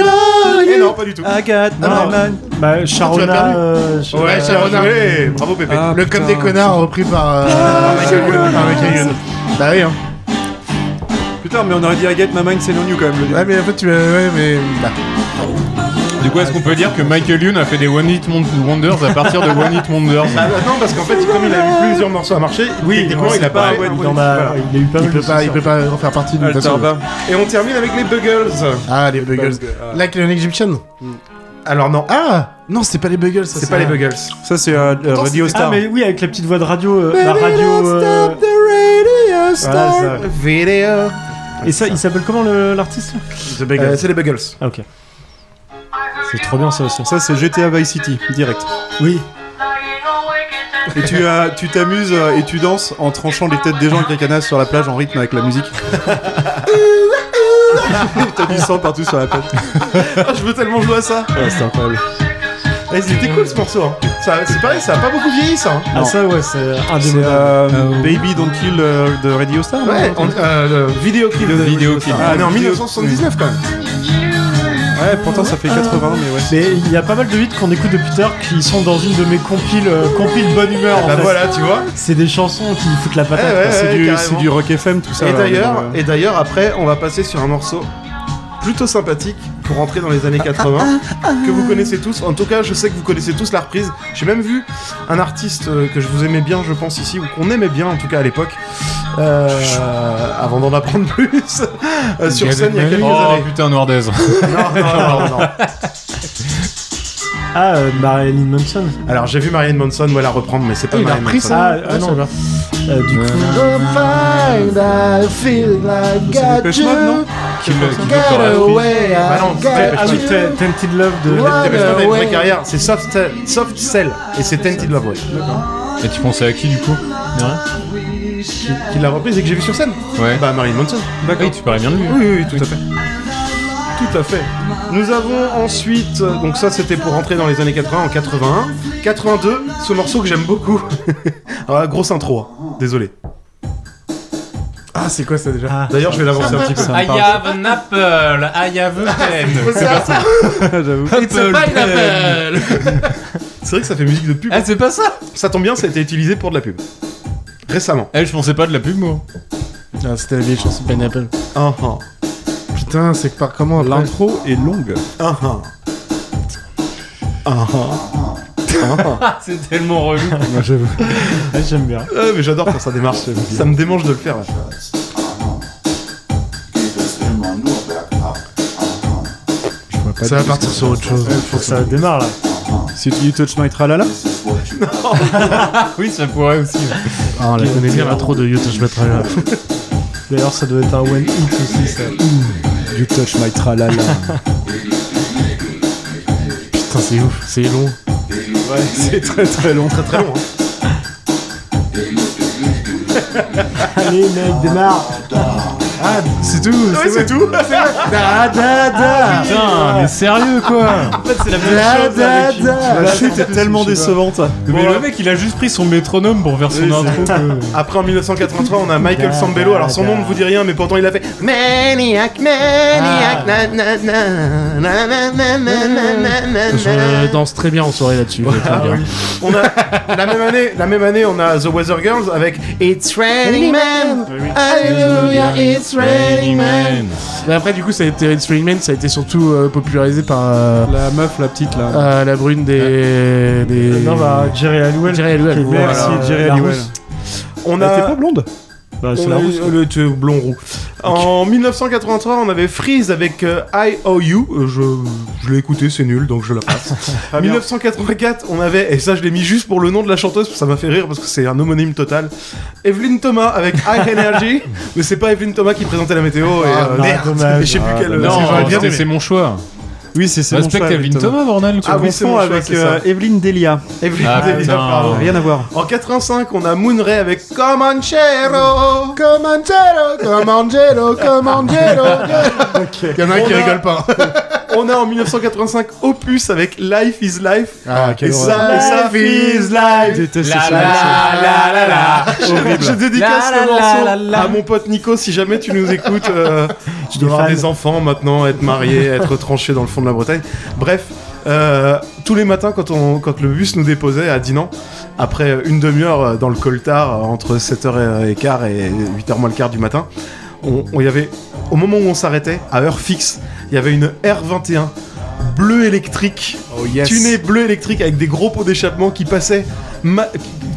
Speaker 7: on
Speaker 9: Eh
Speaker 7: you.
Speaker 9: non, pas du tout.
Speaker 7: I got
Speaker 6: Ah,
Speaker 7: my mind.
Speaker 6: Bah, Sharona.
Speaker 9: perdu.
Speaker 6: euh, Sharona-
Speaker 9: Ouais, Sharon Harvey, Eh, bravo Pépé.
Speaker 7: Ah,
Speaker 8: Le comme
Speaker 7: putain.
Speaker 8: des connards repris par. euh,
Speaker 7: Michael Youn.
Speaker 8: par Michael Youn. Bah oui, hein.
Speaker 7: Putain, mais on aurait dit I got my mind set on you quand même. Le
Speaker 8: Ouais, mais en fait, tu. euh, Ouais, mais. bah,
Speaker 4: Du coup, est-ce qu'on peut dire que Michael Youn a fait des One Hit Mon- Wonders à partir de One Hit Wonders
Speaker 9: Bah, bah, non, parce qu'en fait, comme il a eu plusieurs morceaux à marcher, techniquement, il a pas.
Speaker 7: ouais,
Speaker 6: Il, en a,
Speaker 7: voilà.
Speaker 6: il a eu pas
Speaker 8: Il
Speaker 6: mal de
Speaker 8: peut pas, il peut
Speaker 6: succès.
Speaker 8: pas en faire partie d'une façon.
Speaker 7: Altarba.
Speaker 9: Et on termine avec les Buggles.
Speaker 8: Ah, les Buggles.
Speaker 7: Euh,
Speaker 8: Like an Egyptian
Speaker 9: Alors non,
Speaker 8: Ah Non, c'est pas les Buggles, ça.
Speaker 9: c'est pas les Buggles.
Speaker 7: Ça, c'est euh, euh, Radio
Speaker 6: Ah,
Speaker 7: Star.
Speaker 6: mais oui, avec la petite voix de radio. euh, la radio. euh,
Speaker 8: Ah,
Speaker 6: voilà, ça.
Speaker 9: Video.
Speaker 6: euh, Et ça, il s'appelle comment le- l'artiste là
Speaker 9: The Buggles. Euh, c'est les Buggles.
Speaker 6: Ah, ok. C'est trop bien ça aussi.
Speaker 7: Ça, c'est GTA Vice City, direct.
Speaker 6: Oui.
Speaker 7: Et tu euh, tu t'amuses euh, et tu danses en tranchant les têtes des gens avec les canasses sur la plage en rythme avec la musique. T'as du sang partout sur la plage.
Speaker 9: Ah, je veux tellement jouer à ça.
Speaker 7: Ouais, c'était incroyable.
Speaker 9: Eh, c'était cool ce morceau. hein. Ça- C'est pareil, ça a pas beaucoup vieilli ça. hein.
Speaker 6: Ah,
Speaker 7: Non.
Speaker 6: ça, ouais, c'est un des
Speaker 7: C'est euh, Baby Don't Kill euh, de Radio Star non
Speaker 9: Ouais, on- euh, le vidéo clip.
Speaker 4: Le
Speaker 9: de-
Speaker 4: vidéo clip.
Speaker 9: Ah, on est en 1979 quand même.
Speaker 7: Ouais, pourtant ça fait 80, mais ouais.
Speaker 6: Mais il y a pas mal de hits qu'on écoute depuis tard qui sont dans une de mes compiles, euh, compiles bonne humeur. en
Speaker 9: Bah
Speaker 6: fait.
Speaker 9: voilà, tu vois.
Speaker 6: C'est des chansons qui foutent la patate.
Speaker 9: Eh ouais,
Speaker 6: quoi.
Speaker 9: ouais.
Speaker 7: C'est du,
Speaker 9: carrément.
Speaker 7: c'est du rock FM, tout ça.
Speaker 9: Et
Speaker 7: là,
Speaker 9: d'ailleurs,
Speaker 7: on est dans le-
Speaker 9: et d'ailleurs, après, on va passer sur un morceau plutôt sympathique pour rentrer dans les années 80 que vous connaissez tous. En tout cas, je sais que vous connaissez tous la reprise. J'ai même vu un artiste euh, que je vous aimais bien, je pense ici, ou qu'on aimait bien en tout cas à l'époque, euh, avant d'en apprendre plus euh, sur scène il y a quelques
Speaker 4: Oh
Speaker 9: années.
Speaker 4: putain, Noirdaise.
Speaker 9: Non, non, non, non.
Speaker 6: Ah, euh, Marilyn Manson.
Speaker 9: Alors j'ai vu Marianne Manson, moi la reprendre, mais c'est pas Marianne Manson.
Speaker 6: Ah, ah, non, Euh, du coup,
Speaker 7: C'est Dépêche Mode, non
Speaker 4: Qui me qui me fera la frise.
Speaker 9: Bah non, c'est pas-
Speaker 6: ah oui, Te- Tempted Love de.
Speaker 9: Ah, Dépêche Mode a une vraie carrière, c'est Soft, Cell- soft Cell et c'est Tented Love Way.
Speaker 4: Et tu pensais à qui du coup De rien
Speaker 9: Qui, qui l'a reprise et que j'ai vu sur scène
Speaker 4: Ouais. Ah
Speaker 9: Bah Marilyn Manson.
Speaker 4: Oui, tu parlais bien de lui.
Speaker 9: Oui, oui, tout à fait. Tout à fait. Nous avons ensuite, euh, donc ça c'était pour rentrer dans les années 80, en 81, 82, ce morceau que j'aime beaucoup. Alors la grosse intro, hein. désolé.
Speaker 8: Ah, c'est quoi ça déjà
Speaker 9: D'ailleurs je vais l'avancer un petit peu.
Speaker 4: I have an apple, I have
Speaker 8: Ah,
Speaker 4: a pen.
Speaker 7: J'avoue.
Speaker 9: C'est vrai que ça fait musique de pub.
Speaker 4: Ah, c'est pas ça
Speaker 9: Ça tombe bien, ça a été utilisé pour de la pub. Récemment.
Speaker 4: Eh, je pensais pas de la pub, moi.
Speaker 8: Ah, C'était la vieille chanson de Pineapple.
Speaker 9: Ah ah,
Speaker 8: Putain, c'est que par comment après
Speaker 7: L'intro est longue.
Speaker 9: ah ah. Ah ah.
Speaker 4: C'est tellement relou.
Speaker 6: Ah, J'aime bien.
Speaker 9: Ah, mais j'adore quand ça démarre. ça me démange de le faire. là.
Speaker 8: Ça va partir sur autre chose.
Speaker 6: Faut que ça démarre là.
Speaker 7: C'est You Touch My Tralala
Speaker 4: oui, ça pourrait aussi. ouais.
Speaker 8: Ah, on la connaît bien l'intro de Youth, je mettrai là.
Speaker 6: D'ailleurs, ça doit être un one hit aussi. Ça.
Speaker 7: You Touch My Tralala.
Speaker 8: Putain, c'est ouf, c'est long.
Speaker 7: ouais, c'est très très long. Très très long.
Speaker 6: Ah. Allez, mec, démarre.
Speaker 8: Ah,
Speaker 4: C'est Ah, tout.
Speaker 8: ouais, c'est tout. Da da da.
Speaker 4: Ah, Putain, mais sérieux quoi
Speaker 10: En fait, c'est la
Speaker 8: Da
Speaker 10: même chose.
Speaker 8: da
Speaker 10: avec-
Speaker 8: da.
Speaker 7: La chute est tellement décevante.
Speaker 4: Mais le mec, il a juste pris son métronome pour faire son intro.
Speaker 9: Après en 1983, on a Michael Sambello. Alors son nom ne vous dit rien, mais pourtant il a fait Maniac, Maniac, na, na, na, na, na, na, na, na, na, na,
Speaker 10: Je
Speaker 9: na.
Speaker 10: danse très bien en soirée là-dessus. je vais
Speaker 4: Ah,
Speaker 10: te le dire.
Speaker 9: On a la même année, la même année, on a The Weather Girls avec It's Raining Man, Hallelujah, It's Raining Man.
Speaker 10: Mais après, du coup, ça a été Red String Man, ça a été surtout euh, popularisé par euh,
Speaker 7: La meuf, la petite là.
Speaker 10: euh, la brune des. des...
Speaker 6: Non, bah, Jerry Halliwell.
Speaker 10: Jerry Halliwell.
Speaker 6: Qui est
Speaker 10: Voilà.
Speaker 6: merci, Jerry
Speaker 7: la
Speaker 6: Halliwell.
Speaker 7: rousse.
Speaker 9: On
Speaker 7: T'es pas
Speaker 9: a
Speaker 7: blonde
Speaker 6: Bah, c'est
Speaker 9: on
Speaker 6: la
Speaker 9: a eu
Speaker 6: rousse.
Speaker 9: le tu- blond roux. En 1983, on avait Freeze avec euh, I O U. Euh, Je, je l'ai écouté, c'est nul, donc je la passe. 1984, on avait, et ça je l'ai mis juste pour le nom de la chanteuse, ça m'a fait rire parce que c'est un homonyme total. Evelyn Thomas avec High Energy, mais c'est pas Evelyn Thomas qui présentait la météo. Et,
Speaker 6: Ah,
Speaker 9: euh,
Speaker 6: non,
Speaker 9: merde,
Speaker 6: dommage.
Speaker 9: je sais plus
Speaker 6: Ah,
Speaker 9: quel. parce que j'aurais
Speaker 4: Non,
Speaker 9: bien
Speaker 4: c'était-
Speaker 9: aimé.
Speaker 4: c'est mon choix.
Speaker 7: Oui, c'est c'est mon
Speaker 4: Respecte
Speaker 7: choix,
Speaker 4: Evelyn Thomas, bordel. tu
Speaker 9: Ah
Speaker 7: Ah
Speaker 4: vois.
Speaker 9: oui,
Speaker 7: oui,
Speaker 9: c'est mon choix,
Speaker 7: avec
Speaker 9: c'est ça.
Speaker 7: euh, Evelyn Delia.
Speaker 9: Evelyn
Speaker 4: Ah,
Speaker 9: Delia,
Speaker 4: putain.
Speaker 9: pardon.
Speaker 6: hein.
Speaker 7: Rien à voir.
Speaker 9: En 85, on a Moonray avec Comanchero.
Speaker 8: Comandero, comandero, comandero.
Speaker 9: Il y en
Speaker 8: a un qui rigole
Speaker 9: pas. on a en 1985 Opus avec Life is Life.
Speaker 8: Ah,
Speaker 9: et ça, et ça,
Speaker 8: is
Speaker 7: Je déteste ce choix.
Speaker 4: Ah
Speaker 9: Je dédicace le morceau à mon pote Nico. Si jamais tu nous écoutes, euh, tu dois avoir des enfants maintenant, être marié, être tranché dans le fond de la Bretagne. Bref, euh, tous les matins quand, on, quand le bus nous déposait à Dinan, après une demi-heure euh, dans le coltard euh, entre 7h15 et 8h moins le quart du matin, on, on y avait, au moment où on s'arrêtait, à heure fixe, il y avait une R21 bleue électrique
Speaker 8: Oh yes.
Speaker 9: tuné bleu électrique avec des gros pots d'échappement qui passaient ma-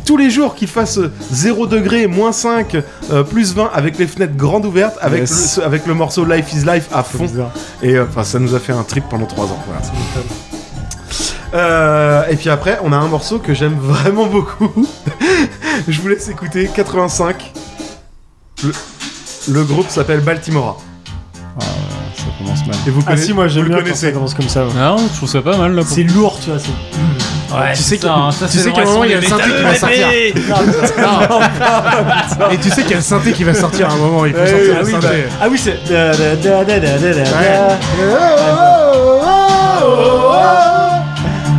Speaker 9: tous les jours qu'il fasse 0 degré, moins 5, euh, plus 20 avec les fenêtres grandes ouvertes avec,
Speaker 7: Yes.
Speaker 9: le, ce- avec le morceau Life is Life à fond.
Speaker 6: bizarre.
Speaker 9: Et euh, enfin, ça nous a fait un trip pendant 3 ans. voilà. Euh, et puis après, on a un morceau que j'aime vraiment beaucoup. Je vous laisse écouter 85. Le, le groupe s'appelle Baltimora.
Speaker 7: Ça commence mal.
Speaker 9: Et vous,
Speaker 6: Ah
Speaker 9: connaissez
Speaker 6: si, moi
Speaker 9: vous
Speaker 6: j'aime
Speaker 9: le
Speaker 6: bien quand ça
Speaker 9: connaissez.
Speaker 6: commence comme ça. ouais. Eh
Speaker 4: Non, je trouve ça pas mal là. Pour...
Speaker 6: C'est lourd, tu vois. c'est-
Speaker 10: Ouais,
Speaker 8: Tu sais
Speaker 10: putain, ça,
Speaker 8: tu
Speaker 10: c'est
Speaker 8: sais
Speaker 10: le
Speaker 8: qu'à un moment, il y a le
Speaker 10: reste, on est
Speaker 8: synthé qui va sortir.
Speaker 10: métaleux, bébé.
Speaker 8: Et tu sais qu'il y a le synthé qui va sortir à un moment. Il faut sortir
Speaker 6: Ah
Speaker 8: le
Speaker 6: oui,
Speaker 8: synthé.
Speaker 6: bah- Ah oui, c'est. da, da, da, da, da, da, da.
Speaker 9: Oh,
Speaker 6: Ah,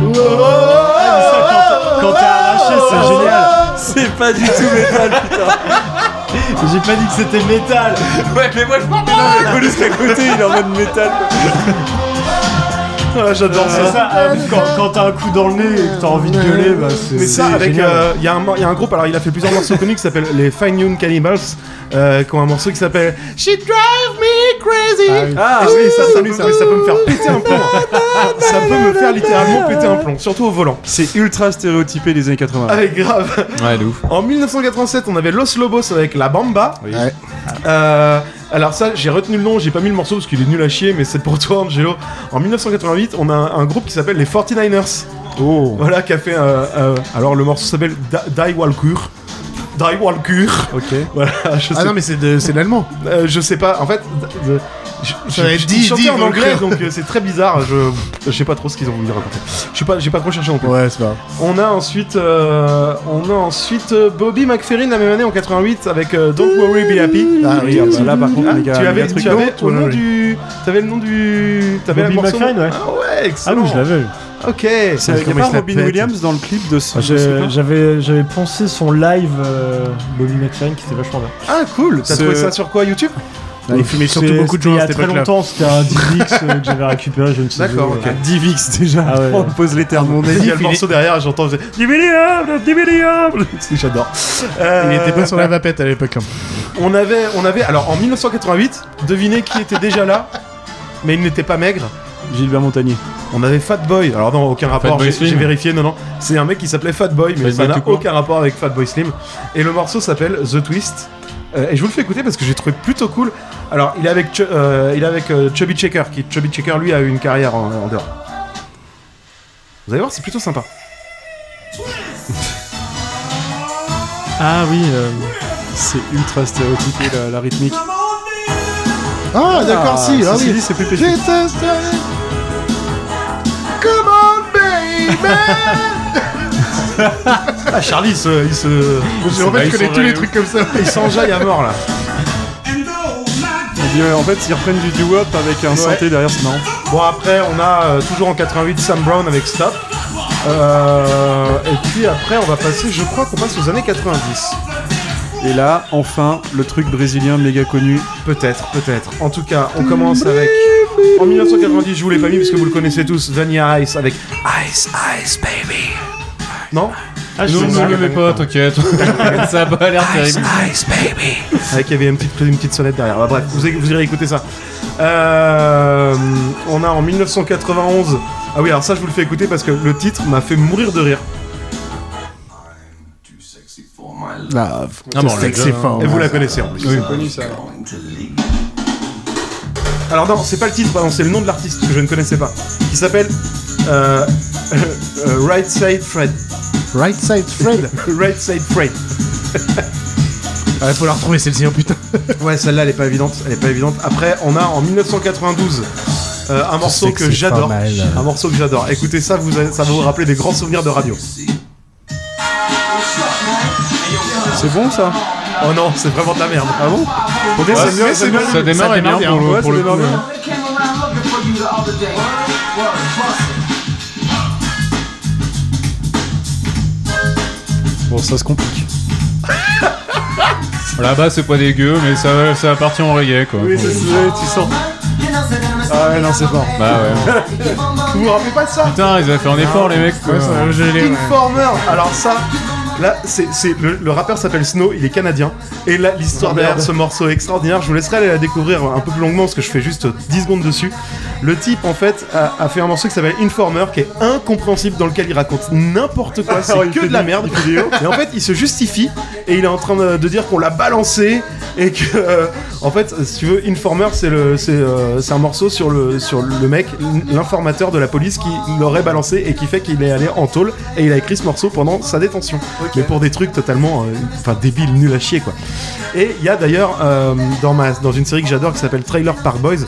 Speaker 6: mais ça, quand- Quand t'as arraché, c'est génial. C'est pas du tout métal, putain. J'ai pas dit que c'était métal.
Speaker 7: Le police à côté, il est en mode métal.
Speaker 9: Ah, J'adore ça.
Speaker 6: C'est ça, ah, quand, quand t'as un coup dans le nez et que t'as envie de gueuler, bah c'est.
Speaker 9: Mais ça,
Speaker 6: c'est
Speaker 9: avec. euh, Il
Speaker 6: génial.
Speaker 9: y, a un mo- y a un groupe, alors il a fait plusieurs morceaux connus qui s'appellent les Fine Young Cannibals, euh, qui ont un morceau qui s'appelle She Drive Me Crazy.
Speaker 7: Ah
Speaker 9: Ah oui, ça, ça, peut, oui, ça peut me faire péter un plomb. ça peut me faire littéralement péter un plomb, surtout au volant.
Speaker 7: C'est ultra stéréotypé des années 80.
Speaker 9: Avec Ah, grave.
Speaker 4: Ouais, de ouf.
Speaker 9: En 1987, on avait Los Lobos avec La Bamba.
Speaker 8: Ouais.
Speaker 9: Euh, alors ça, j'ai retenu le nom, j'ai pas mis le morceau parce qu'il est nul à chier, mais c'est pour toi, Angelo. En 1988, on a un, un groupe qui s'appelle les 49ers.
Speaker 7: Oh.
Speaker 9: Voilà, qui a fait. euh, euh, alors le morceau s'appelle Da- Die Walker. Die Walker.
Speaker 7: Ok.
Speaker 9: Voilà, je sais,
Speaker 8: Ah non, mais c'est de- c'est de l'allemand.
Speaker 9: euh, je sais pas. En fait, d- d- je-
Speaker 8: Ça va
Speaker 9: je-
Speaker 8: être
Speaker 9: je
Speaker 8: dit,
Speaker 9: chantais
Speaker 8: dit,
Speaker 9: en
Speaker 8: donc.
Speaker 9: anglais, donc euh, c'est très bizarre. Je, je sais pas trop ce qu'ils ont voulu raconter. Je suis pas, j'ai pas trop cherché non plus.
Speaker 8: Ouais, c'est pas.
Speaker 9: On a ensuite, euh, on a ensuite euh, Bobby McFerrin la même année en 88 avec euh, Don't Worry Be Happy.
Speaker 8: Ah oui, ah bah.
Speaker 7: là, par contre,
Speaker 9: Ah,
Speaker 7: méga,
Speaker 9: tu avais,
Speaker 7: méga truc.
Speaker 9: tu avais
Speaker 8: Don't
Speaker 9: au nom
Speaker 8: Worry.
Speaker 9: du, t'avais le nom du, t'avais
Speaker 6: Bobby
Speaker 9: le morceau.
Speaker 6: McFerrin, ouais.
Speaker 9: Ah ouais,
Speaker 6: Ah
Speaker 9: excellent.
Speaker 6: oui, je l'avais.
Speaker 9: Ok.
Speaker 7: Il n'y a
Speaker 8: Comment
Speaker 7: pas
Speaker 8: il se la
Speaker 7: Robin
Speaker 8: pète
Speaker 7: Williams dans le clip de ce. de ce
Speaker 6: J'ai-
Speaker 7: truc-là
Speaker 6: J'avais j'avais poncé son live euh, Bobby McFerrin qui était vachement bien.
Speaker 9: Ah cool. T'as
Speaker 7: Ce-
Speaker 9: trouvé ça sur quoi YouTube
Speaker 8: Ah, il fumait surtout
Speaker 6: C'est-
Speaker 8: beaucoup
Speaker 6: c'était
Speaker 8: de joints à
Speaker 6: Il
Speaker 8: cette
Speaker 6: y a très
Speaker 8: époque-là.
Speaker 6: longtemps, c'était un 10 euh, que j'avais récupéré, je ne sais
Speaker 9: D'accord,
Speaker 6: où,
Speaker 9: ok.
Speaker 6: euh,
Speaker 7: Divix déjà.
Speaker 6: Ah ouais.
Speaker 7: On pose les termes.
Speaker 8: On a
Speaker 9: Il
Speaker 8: dit
Speaker 9: y a le
Speaker 8: qu'il
Speaker 9: morceau derrière, j'entends. je faisais, Divinable, Divinable. J'adore.
Speaker 8: il était
Speaker 9: Euh,
Speaker 8: pas sur la vapette à l'époque. hein.
Speaker 9: On avait, on avait, alors en 1988, devinez qui était déjà là, mais il n'était pas maigre.
Speaker 7: Gilbert Montagnier.
Speaker 9: On avait Fat Boy. Alors non, aucun rapport.
Speaker 4: Fatboy
Speaker 9: J'ai
Speaker 4: Slim.
Speaker 9: j'ai vérifié, non non. C'est un mec qui s'appelait Fat Boy, mais
Speaker 4: Fatboy
Speaker 9: ça n'a
Speaker 4: tout court.
Speaker 9: aucun rapport avec Fat Boy Slim. Et le morceau s'appelle The Twist. Euh, et je vous le fais écouter parce que j'ai trouvé plutôt cool. Alors il est avec, Chu- euh, il est avec euh, Chubby Checker, qui Chubby Checker lui a eu une carrière en, en dehors. Vous allez voir, c'est plutôt sympa.
Speaker 10: Ah oui. euh,
Speaker 7: C'est ultra stéréotypé la, la rythmique.
Speaker 8: Ah, d'accord, si,
Speaker 9: hein,
Speaker 8: ah
Speaker 7: ceci
Speaker 8: oui.
Speaker 7: dit, c'est plus péché.
Speaker 8: J'étais installé.
Speaker 9: Come on, baby. ah Charlie, il se, il se,
Speaker 8: En fait, je
Speaker 4: ils sont
Speaker 8: connais tous les
Speaker 4: réunis.
Speaker 8: trucs comme ça.
Speaker 9: il s'enjaille à mort là.
Speaker 1: And though my
Speaker 7: dit, ouais, en fait, ils reprennent du doo-wop avec un
Speaker 9: Ouais.
Speaker 7: synthé derrière, c'est marrant.
Speaker 9: Bon, après, on a euh, toujours en 88 Sam Brown avec Stop. Euh, et puis après, on va passer, je crois qu'on passe aux années 90.
Speaker 7: Et là, enfin, le truc brésilien méga connu.
Speaker 9: Peut-être, peut-être. En tout cas, on commence avec. En 1990, je vous l'ai pas mis parce que vous le connaissez tous, Vanilla Ice avec Ice Ice Baby. Non
Speaker 4: Ah, je Non, sais ne pas. le mets pas, t'inquiète. Ça a pas l'air terrible.
Speaker 9: Ice, ice Baby. Avec il y avait une petite, une petite sonnette derrière. Bah, bref, vous, vous irez écouter ça. Euh, on a en 1991. Ah oui, alors ça, je vous le fais écouter parce que le titre m'a fait mourir de rire.
Speaker 8: Love.
Speaker 9: Ah, bon, on l'a déjà, hein. Et vous la connaissez en plus.
Speaker 8: Oui.
Speaker 9: Alors non, c'est pas le titre, pardon, c'est le nom de l'artiste que je ne connaissais pas, qui s'appelle euh, euh, Right Side Fred.
Speaker 8: Right Side Fred
Speaker 9: Right Side Fred.
Speaker 8: Il faut la retrouver celle-ci, oh putain.
Speaker 9: ouais, celle-là, elle est pas évidente, elle est pas évidente. Après, on a en 1992 euh, un morceau
Speaker 8: sais que
Speaker 9: que,
Speaker 8: c'est
Speaker 9: j'adore,
Speaker 8: pas mal.
Speaker 9: un morceau que j'adore. Écoutez ça, vous, a- ça va vous rappeler des grands souvenirs de radio.
Speaker 7: C'est bon ça
Speaker 9: Oh non, c'est vraiment de la merde.
Speaker 7: Ah bon
Speaker 9: Pourtant,
Speaker 7: Ouais,
Speaker 9: c'est mieux, c'est
Speaker 7: ça- ça-
Speaker 9: mieux.
Speaker 7: ça démarre bien pour le-
Speaker 9: ouais,
Speaker 7: pour
Speaker 9: ça
Speaker 7: le
Speaker 9: démarre
Speaker 7: coup,
Speaker 9: bien.
Speaker 7: Bon, ça se complique.
Speaker 4: Là-bas, bah, c'est pas dégueu, mais ça, ça appartient au reggae, quoi.
Speaker 7: Oui, c'est ça, tu sens. Ah ouais, non, c'est fort.
Speaker 4: Bah ouais.
Speaker 9: Vous vous rappelez pas de ça
Speaker 4: Putain, ils avaient fait un effort, les mecs, quoi.
Speaker 9: Informer Alors ça, là, c'est c'est- le, le rappeur s'appelle Snow, il est canadien. Et là, l'histoire
Speaker 7: Ah,
Speaker 5: Oh,
Speaker 9: derrière
Speaker 5: merde.
Speaker 9: ce morceau est extraordinaire, je vous laisserai aller la découvrir un peu plus longuement parce que je fais juste 10 secondes dessus. Le type, en fait, a, a fait un morceau qui s'appelle Informer, qui est incompréhensible, dans lequel il raconte n'importe quoi, c'est
Speaker 7: Alors, il
Speaker 9: que
Speaker 7: fait
Speaker 9: de la
Speaker 7: des-
Speaker 9: merde.
Speaker 7: des vidéos.
Speaker 9: Et en fait, il se justifie et il est en train de, de dire qu'on l'a balancé et que, euh, en fait, si tu veux, Informer, c'est le, c'est, euh, c'est un morceau sur le, sur le mec, l'informateur de la police qui l'aurait balancé et qui fait qu'il est allé en tôle et il a écrit ce morceau pendant sa détention. Mais pour des trucs totalement, euh, enfin, débiles, nuls à chier, quoi. Et il y a d'ailleurs euh, dans, ma- dans une série que j'adore qui s'appelle Trailer Park Boys,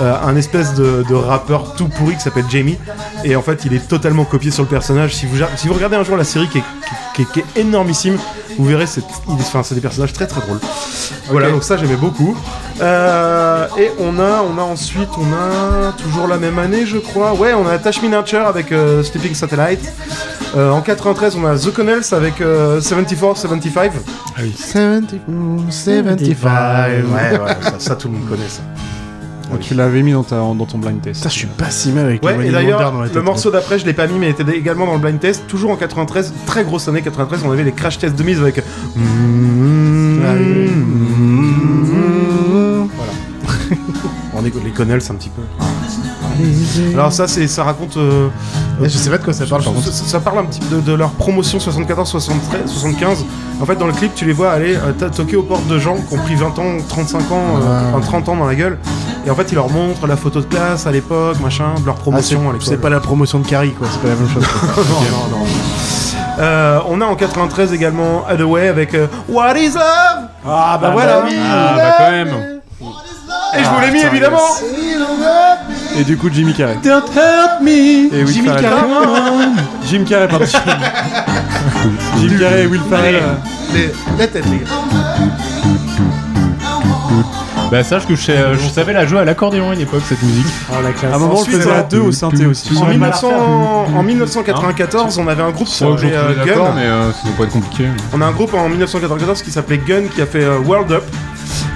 Speaker 9: euh, un espèce de, de rappeur tout pourri qui s'appelle Jamie. Et en fait, il est totalement copié sur le personnage. Si vous, ja- si vous regardez un jour la série qui est, qui est- qui est énormissime, vous verrez, c'est il est- enfin, c'est des personnages très très drôles. Voilà, donc ça j'aimais beaucoup. Euh, et on a, on a ensuite, on a toujours la même année, je crois. Ouais, on a Tash Me Nurture avec euh, Sleeping Satellite. Euh, en 93, on a The Connells avec euh, 74-75.
Speaker 8: 74, 75.
Speaker 9: Ah, Ouais, ouais, ça, ça, tout le monde connaît ça.
Speaker 7: Donc, Tu l'avais mis dans, ta, dans ton blind test.
Speaker 8: Putain, je suis pas si mal avec
Speaker 9: Ouais,
Speaker 8: le
Speaker 9: et
Speaker 8: Wally Wonder
Speaker 9: d'ailleurs,
Speaker 8: dans la
Speaker 9: le
Speaker 8: tête.
Speaker 9: morceau d'après, je l'ai pas mis, mais était également dans le blind test. Toujours en 93, très grosse année 93, on avait les crash tests de mise avec.
Speaker 8: hein.
Speaker 9: Voilà. on écoute les Connells un petit peu. Alors, ça, c'est, ça raconte. euh,
Speaker 8: Eh, Je sais pas de quoi ça parle, par contre.
Speaker 9: ça, ça parle un petit peu de, de leur promotion 74-75. En fait, dans le clip, tu les vois aller euh, ta- toquer aux portes de gens qui ont pris 20 ans, 35 ans, euh,
Speaker 8: Ah.
Speaker 9: enfin, 30 ans dans la gueule. Et en fait, ils leur montrent la photo de classe à l'époque, machin, de leur
Speaker 8: Ah,
Speaker 9: promotion à
Speaker 8: c'est-
Speaker 9: l'époque.
Speaker 8: c'est pas la promotion de Carrie, quoi. C'est pas la même chose. quoi.
Speaker 9: non, non, non. Euh, on a en 93 également Adaway avec euh, What is love
Speaker 7: Ah bah
Speaker 9: voilà.
Speaker 4: Ah, bah quand même.
Speaker 9: Et je vous l'ai mis évidemment
Speaker 7: Et du coup, Jimmy Carrey.
Speaker 5: Don't hurt me.
Speaker 7: Et Will
Speaker 9: Jimmy
Speaker 7: Farrell.
Speaker 9: Carrey.
Speaker 7: Jim Carrey, pardon. Jim Carrey et Will Ferrell. euh,
Speaker 8: Les- La tête, les gars.
Speaker 4: Bah, sache que je, sais- je savais la jouer à l'accordéon à une époque, cette musique.
Speaker 6: Ah,
Speaker 5: Oh la classe.
Speaker 7: À un moment, on le
Speaker 9: Ensuite,
Speaker 7: faisait à
Speaker 9: alors,
Speaker 7: deux au synthé aussi.
Speaker 9: en, 1900 en 1994, on avait un groupe qui
Speaker 4: Je crois que j'en
Speaker 9: s'appelait
Speaker 4: trouvais
Speaker 9: euh,
Speaker 4: d'accord,
Speaker 9: Gun. Ah,
Speaker 4: mais euh, ça doit pas être compliqué.
Speaker 9: On a un groupe en 1994 qui s'appelait Gun qui a fait euh, World Up.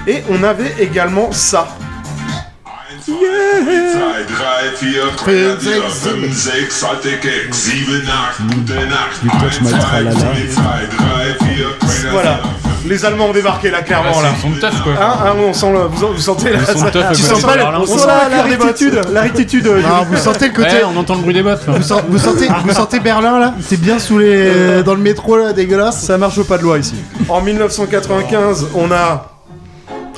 Speaker 9: Et on avait également ça. Voilà. Les Allemands ont débarqué là, clairement
Speaker 7: Ah,
Speaker 9: là.
Speaker 4: Ils sont tough, quoi.
Speaker 9: Hein, hein, on sent le- vous, vous sentez là,
Speaker 4: Ils sont
Speaker 9: ça-
Speaker 4: tough,
Speaker 9: tu
Speaker 4: quoi.
Speaker 9: sens pas le- on
Speaker 7: On
Speaker 9: sent
Speaker 7: sent la
Speaker 9: la claire des bottes.
Speaker 7: rectitude, la rectitude. euh,
Speaker 8: Ah, vous sentez le côté.
Speaker 4: Ouais, Eh, on entend le bruit des bottes, là.
Speaker 8: Vous, sent- vous sentez, vous sentez Berlin là C'est bien sous les, euh, dans le métro là, dégueulasse.
Speaker 7: Ça marche au pas de loi ici.
Speaker 9: En 1995, on a.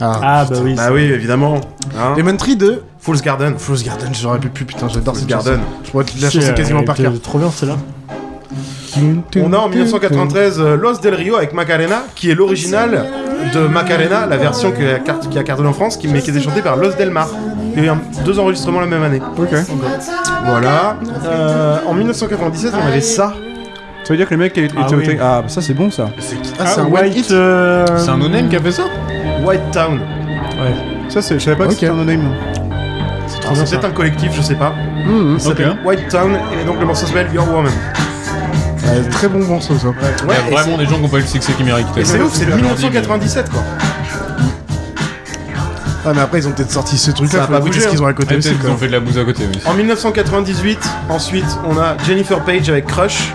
Speaker 6: Ah bah oui.
Speaker 9: Bah oui, évidemment. Hein,
Speaker 8: Les Mentry de
Speaker 9: Fool's Garden.
Speaker 8: Fool's Garden, j'aurais pu plus putain, j'adore cette
Speaker 9: Garden.
Speaker 8: chanson. Je pourrais te la chanson quasiment par cœur.
Speaker 6: euh, Trop bien celle-là.
Speaker 9: On a en 1993 euh, Los Del Rio avec Macarena, qui est l'original de Macarena, la version que- qui a, cartonné en France, qui, mais qui était chantée par Los Del Mar. Il y a eu un- deux enregistrements la même année.
Speaker 7: Ok.
Speaker 9: Voilà. Euh, en 1997, on avait ça.
Speaker 7: Ça veut dire que les mecs étaient
Speaker 6: Ah
Speaker 7: étaient au
Speaker 6: oui.
Speaker 7: tech- Ah, bah ça c'est bon ça.
Speaker 8: Ah, c'est un one hit
Speaker 4: Euh, C'est un no-name qui a fait ça
Speaker 9: White Town.
Speaker 6: Ouais.
Speaker 7: Ça, c'est- je savais pas que
Speaker 9: Ok.
Speaker 7: c'était un anonyme.
Speaker 9: Ah, C'est Mm,
Speaker 7: trop bien,
Speaker 9: peut-être
Speaker 7: ça.
Speaker 9: un collectif, je sais pas.
Speaker 7: Mhm.
Speaker 9: Ça s'appelle White Town et donc le morceau s'appelle Your Woman.
Speaker 8: très bon morceau, ça.
Speaker 4: Il y a vraiment des gens qui ont pas eu le succès qu'ils méritent.
Speaker 9: Et c'est ouf, c'est le
Speaker 4: Aujourd'hui, mais-
Speaker 9: 1997 quoi.
Speaker 8: Ah, mais après, ils ont peut-être sorti ce
Speaker 9: Ça
Speaker 8: truc-là.
Speaker 9: a
Speaker 8: faut
Speaker 9: pas
Speaker 8: écouter
Speaker 9: bougé,
Speaker 8: ce qu'ils ont à
Speaker 4: Ah,
Speaker 8: côté
Speaker 4: peut-être
Speaker 8: aussi.
Speaker 4: qu'ils
Speaker 8: quoi.
Speaker 4: ont fait de la bouse à côté. oui.
Speaker 9: En 1998, ensuite, on a Jennifer Page avec Crush.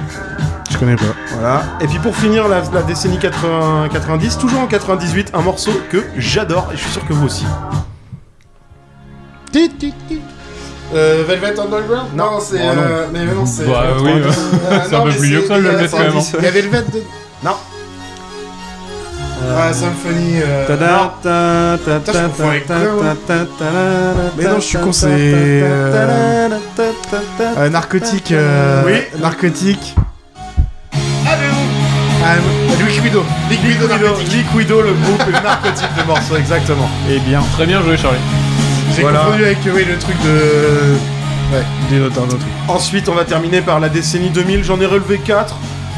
Speaker 8: Je connais pas.
Speaker 9: Voilà. Et puis pour finir la, la décennie 80 90, toujours en 98, un morceau que j'adore et je suis sûr que vous aussi.
Speaker 8: Tit, tit, tit. Euh, Velvet Underground Non, c'est.
Speaker 10: Ah,
Speaker 9: Oh, non.
Speaker 8: euh, mais non, c'est.
Speaker 4: Bah oui,
Speaker 8: Euh,
Speaker 4: ouais.
Speaker 9: Ah,
Speaker 4: C'est un
Speaker 8: non,
Speaker 4: peu
Speaker 8: mais
Speaker 4: plus vieux que ça,
Speaker 8: il y a-
Speaker 4: le Velvet, quand même, hein.
Speaker 8: Il y a Velvet de.
Speaker 9: Non.
Speaker 8: Ah, Symphony. euh, non. Putain, je confonds avec Clown. Mais non, je suis con, c'est. euh, euh, narcotique. euh,
Speaker 9: Oui.
Speaker 8: Narcotique. Ah, Liquido. Liquido,
Speaker 9: Liquido, Liquido, le groupe, le narcotique, le morceau, exactement.
Speaker 7: Eh bien.
Speaker 4: Très bien joué, Charlie.
Speaker 8: J'ai
Speaker 9: Voilà.
Speaker 8: confondu avec euh, oui, le truc de. Ouais, d'une autre, un autre.
Speaker 9: Ensuite, on va terminer par la décennie 2000. J'en ai relevé 4.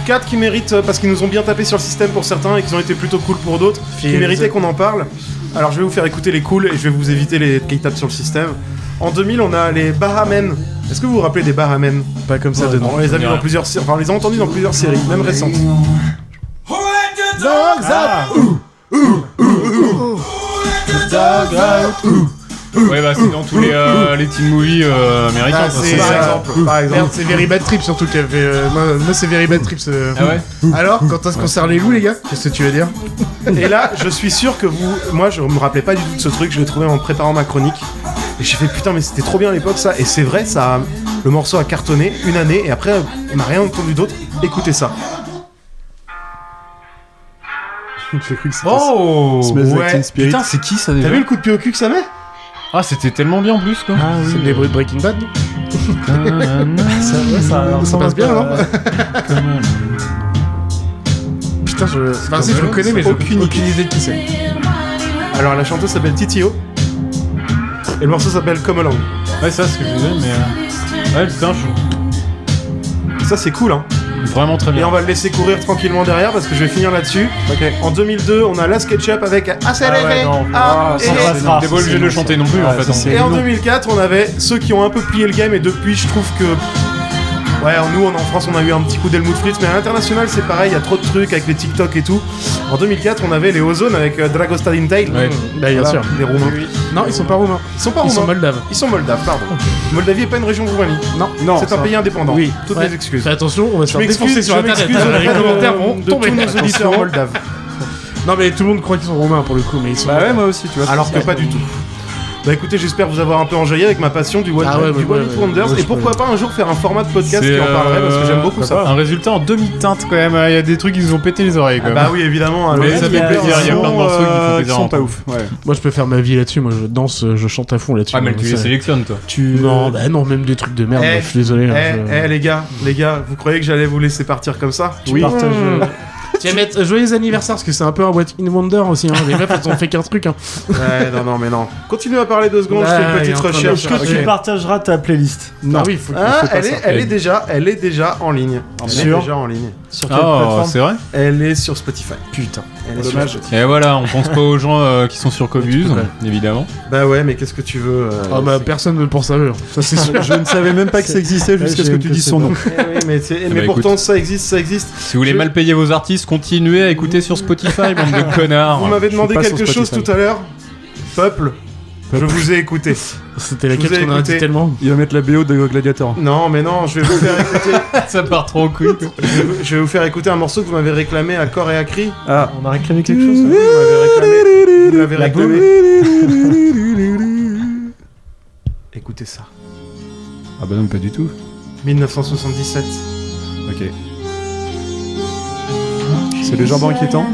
Speaker 9: 4 qui méritent, euh, parce qu'ils nous ont bien tapé sur le système pour certains et qu'ils ont été plutôt cool pour d'autres, qui
Speaker 8: Feels.
Speaker 9: méritaient qu'on en parle. Alors, je vais vous faire écouter les cools et je vais vous éviter les qui tapent sur le système. En 2000, on a les Bahamen. Est-ce que vous vous rappelez des Bahamen
Speaker 8: Pas comme ça de nom. Ah,
Speaker 9: On les a vus
Speaker 4: Ouais.
Speaker 9: dans plusieurs, sé- enfin, on les a entendus dans plusieurs séries, même récentes.
Speaker 4: Ouais, bah c'est dans tous les, euh, les teen movies euh, américains.
Speaker 8: Ah,
Speaker 4: ça, c'est-
Speaker 8: c'est- par
Speaker 9: exemple, par exemple.
Speaker 8: Merde, c'est Very Bad Trip surtout qui avait. euh, moi, moi, c'est Very Bad Trip. ce-
Speaker 4: Ah ouais
Speaker 8: Alors, quand ça se concerne les goûts, les gars, qu'est-ce que tu veux dire
Speaker 9: Et là, je suis sûr que vous. Moi, je me rappelais pas du tout de ce truc, je l'ai trouvé en préparant ma chronique. Et j'ai fait putain, mais c'était trop bien à l'époque ça. Et c'est vrai, ça. a- Le morceau a cartonné une année et après, on n'a rien entendu d'autre. Écoutez ça.
Speaker 7: J'ai cru que c'était
Speaker 4: Oh
Speaker 7: Smells Like
Speaker 9: ouais.
Speaker 7: Teen Spirit.
Speaker 4: Putain, c'est qui ça
Speaker 9: T'as
Speaker 4: déjà
Speaker 9: vu le Ah, coup de pied au cul que ça met
Speaker 4: Ah, c'était tellement bien en plus quoi.
Speaker 8: C'est les bruits de Breaking Bad. non
Speaker 6: Ça, ouais, ça,
Speaker 8: Ça passe bien, non
Speaker 6: ressemble
Speaker 8: Putain, je. Enfin, si,
Speaker 4: comme
Speaker 8: je le
Speaker 4: ça,
Speaker 8: connais, mais j'ai
Speaker 9: aucune
Speaker 8: aucune, idée de qui c'est.
Speaker 9: Alors, la chanteuse s'appelle Titio. Et le morceau s'appelle Come Along.
Speaker 4: Ouais, ça, c'est ce que je disais, mais. euh, Ouais, putain, je
Speaker 9: Ça, c'est cool, hein.
Speaker 4: vraiment très
Speaker 9: Et
Speaker 4: bien.
Speaker 9: on va le laisser courir tranquillement derrière parce que je vais finir là-dessus. En 2002, on a la SketchUp avec ACLV.
Speaker 6: non,
Speaker 9: Ah,
Speaker 6: ça
Speaker 9: et-
Speaker 6: va,
Speaker 4: T'es
Speaker 6: c'est Ah,
Speaker 4: pas
Speaker 6: rare,
Speaker 4: obligé de le chanter non plus en fait. hein.
Speaker 9: Et en 2004, on avait ceux qui ont un peu plié le game, et depuis, je trouve que. Ouais, nous, en en France, on a eu un petit coup d'Helmut Fritz, mais à l'international, c'est pareil, il y a trop de trucs avec les TikTok et tout. En 2004, on avait les Ozone avec euh, Dragostalin Tail.
Speaker 4: Ouais.
Speaker 10: Bah, bien sûr.
Speaker 9: Les Roumains.
Speaker 8: Non, ils sont pas roumains.
Speaker 9: Ils sont pas
Speaker 10: Ils sont
Speaker 9: roumains.
Speaker 10: moldaves.
Speaker 9: Ils sont moldaves, pardon. Moldavie est pas une région de Roumanie. Non,
Speaker 7: Non,
Speaker 9: c'est
Speaker 7: ça
Speaker 9: un
Speaker 7: va.
Speaker 9: pays indépendant.
Speaker 7: Oui.
Speaker 9: Toutes
Speaker 10: Ouais.
Speaker 9: mes excuses.
Speaker 10: Fais attention, on va se
Speaker 9: Je
Speaker 10: faire défoncer
Speaker 9: m'excuse, je
Speaker 10: sur internet.
Speaker 9: m'excuse
Speaker 10: hein,
Speaker 9: auprès
Speaker 10: Les commentaires vont
Speaker 9: de, de tous
Speaker 10: tomber.
Speaker 9: nos auditeurs moldaves.
Speaker 10: Non, mais tout le monde croit qu'ils sont roumains pour le coup, mais ils sont.
Speaker 7: Bah ouais, moi aussi, tu vois.
Speaker 9: Alors que pas du tout. Bah écoutez, j'espère vous avoir un peu enjaillé avec ma passion du One,
Speaker 10: Ah ouais, ouais,
Speaker 9: du One
Speaker 10: ouais, ouais.
Speaker 9: Hit Wonders.
Speaker 10: Ouais,
Speaker 9: et pourquoi pas un jour faire un format de podcast qui
Speaker 4: C'est,
Speaker 9: en parlerait parce que j'aime beaucoup
Speaker 4: euh,
Speaker 9: ça.
Speaker 4: Un résultat en demi-teinte quand même. Il y a des trucs qui nous ont pété les oreilles quand
Speaker 9: Ah
Speaker 4: même.
Speaker 9: bah oui, évidemment. hein, le
Speaker 4: Mais
Speaker 9: mec,
Speaker 4: ça
Speaker 9: il
Speaker 4: fait
Speaker 9: a- euh,
Speaker 4: plaisir, il y a plein de morceaux qui font plaisir à
Speaker 7: sont pas
Speaker 4: entendre.
Speaker 7: ouf. Ouais.
Speaker 10: Moi, je peux faire ma vie là-dessus. Moi, je danse, je chante à fond là-dessus.
Speaker 4: Ah, mais tu les
Speaker 10: Ça-
Speaker 4: sélectionnes toi.
Speaker 10: tu. Non, bah non, même des trucs de merde.
Speaker 9: Eh,
Speaker 10: je suis désolé.
Speaker 9: Eh,
Speaker 10: hein, je-
Speaker 9: eh, les gars, les gars, vous croyez que j'allais vous laisser partir comme ça
Speaker 10: Oui.
Speaker 8: eh.
Speaker 10: Tu vas mettre euh, joyeux anniversaire parce que c'est un peu un What in Wonder aussi. Hein. Les meufs, elles ont fait qu'un truc. Hein.
Speaker 9: Ouais, non, non, mais non. Continue à parler deux secondes, je
Speaker 10: Ouais,
Speaker 9: fais une
Speaker 10: il est
Speaker 9: petite
Speaker 10: en train de
Speaker 9: recherche.
Speaker 6: Est-ce que tu
Speaker 9: Ok.
Speaker 6: partageras ta playlist
Speaker 10: Non, oui, faut,
Speaker 9: Ah,
Speaker 10: faut pas
Speaker 9: elle
Speaker 10: ça.
Speaker 9: est, elle est déjà, elle est déjà en ligne. Elle est
Speaker 6: Sûr
Speaker 9: déjà en ligne.
Speaker 6: Sur quelle
Speaker 4: Oh,
Speaker 6: plateforme
Speaker 4: c'est vrai
Speaker 9: Elle est sur Spotify. Putain. Elle est sur
Speaker 7: Dommage.
Speaker 9: Spotify.
Speaker 4: Et voilà, on pense pas aux gens euh, qui sont sur Cobuse, évidemment.
Speaker 9: Bah ouais, mais qu'est-ce que tu veux euh,
Speaker 10: Ah bah personne ne le pense à eux. Ça c'est sûr.
Speaker 7: Je ne savais même pas que ça existait jusqu'à ce que tu dises son nom.
Speaker 9: Eh oui, mais c'est- mais
Speaker 4: bah,
Speaker 9: pourtant ça existe, ça existe.
Speaker 4: Si vous voulez
Speaker 9: Je-
Speaker 4: mal payer vos artistes, continuez à écouter sur Spotify, bande de connards.
Speaker 9: Vous m'avez
Speaker 7: je
Speaker 9: demandé
Speaker 7: suis pas
Speaker 9: quelque
Speaker 7: sur
Speaker 9: chose
Speaker 7: Spotify.
Speaker 9: tout à l'heure Peuple, je vous ai écouté.
Speaker 10: C'était
Speaker 9: Je vous ai
Speaker 10: laquelle qu'on a
Speaker 9: écouté.
Speaker 10: dit tellement.
Speaker 7: Il va mettre la BO de Gladiator.
Speaker 9: Non, mais non, je vais vous faire écouter.
Speaker 4: Ça part trop en couille.
Speaker 9: je vais- je vais vous faire écouter un morceau que vous m'avez réclamé à corps et à cri.
Speaker 7: Ah.
Speaker 6: On a réclamé quelque chose
Speaker 9: Vous
Speaker 6: là
Speaker 9: m'avez réclamé. Vous l'avez réclamé. Écoutez ça.
Speaker 4: Ah bah non, pas du tout.
Speaker 9: 1977.
Speaker 4: Ok.
Speaker 7: C'est légèrement inquiétant.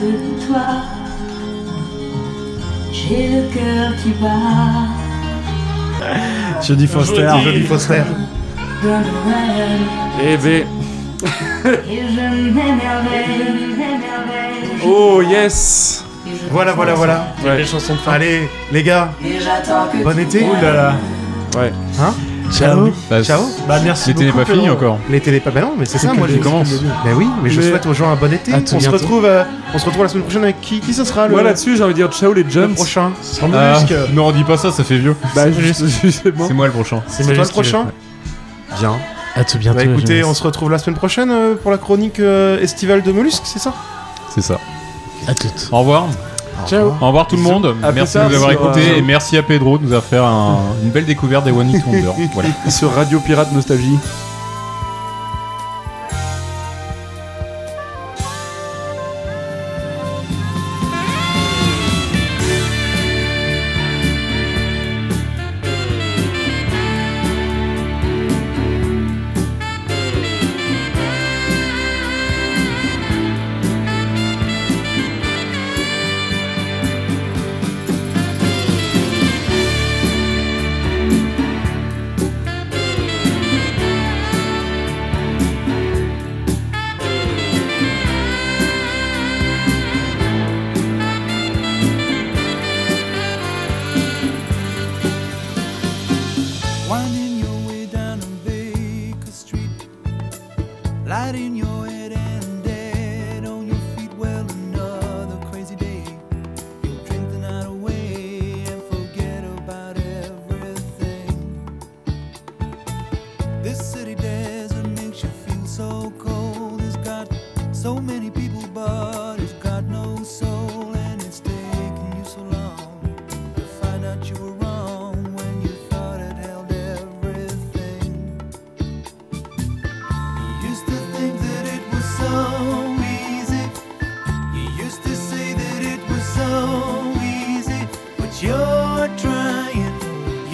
Speaker 11: J'ai le cœur qui bat.
Speaker 6: Jodie Foster.
Speaker 9: Jodie Foster.
Speaker 11: de Noël.
Speaker 7: Eh ben.
Speaker 11: Et je m'émerveille.
Speaker 7: Oh yes
Speaker 11: Et je-
Speaker 9: Voilà, voilà, voilà.
Speaker 10: Ouais. Les chansons de fin.
Speaker 9: Allez, les gars,
Speaker 11: Et j'attends que
Speaker 9: bon
Speaker 11: tu
Speaker 9: été.
Speaker 11: viennes.
Speaker 6: Ouh là là.
Speaker 7: Ouais.
Speaker 8: Hein
Speaker 7: Ciao.
Speaker 4: Bah,
Speaker 8: Ciao.
Speaker 4: Bah, merci L'été n'est beaucoup, pas fini Laurent.
Speaker 9: euh,
Speaker 4: encore.
Speaker 8: L'été n'est pas.
Speaker 9: Ah
Speaker 8: Bah non, mais c'est
Speaker 4: C'est
Speaker 8: ça.
Speaker 4: que
Speaker 8: Moi,
Speaker 4: le
Speaker 8: je
Speaker 4: début commence.
Speaker 8: Bah oui, mais je
Speaker 7: Mais-
Speaker 8: souhaite aux gens un bon été.
Speaker 7: À
Speaker 8: On
Speaker 7: tout
Speaker 8: se
Speaker 7: bientôt.
Speaker 8: retrouve. euh, On se retrouve la semaine prochaine avec qui Qui ce sera le
Speaker 7: Moi là-dessus, j'ai envie de dire ciao les jumps.
Speaker 8: Le prochain. Ce sera
Speaker 4: Ah,
Speaker 8: Mollusque.
Speaker 4: non, on dit pas ça, ça fait vieux.
Speaker 7: Bah, juste- c'est moi.
Speaker 4: C'est moi le prochain.
Speaker 8: C'est toi le prochain Bien.
Speaker 10: À tout bientôt.
Speaker 8: Bah écoutez,
Speaker 10: jeunesse.
Speaker 8: on se retrouve la semaine prochaine euh, pour la chronique euh, estivale de Mollusque, c'est ça
Speaker 4: C'est ça.
Speaker 10: À toutes.
Speaker 4: Au revoir.
Speaker 10: Ciao.
Speaker 4: Au revoir tout le monde.
Speaker 8: À plus
Speaker 4: merci de
Speaker 8: tard
Speaker 4: nous avoir
Speaker 8: sur,
Speaker 4: écoutés
Speaker 8: euh,
Speaker 4: et merci à Pedro de nous avoir fait un- une belle découverte des One Hit Wonder. voilà.
Speaker 7: Sur Radio Pirate Nostalgie.
Speaker 12: Winding your way down on Baker Street, light in your head and dead on your feet. Well, another crazy day. You'll drink the night away and forget about everything. This city desert makes you feel so cold. It's got so many people, but it's got no soul, and it's taking you so long to find out you were wrong when you thought it held everything. You used to think that it was so easy. You used to say that it was so easy, but you're trying,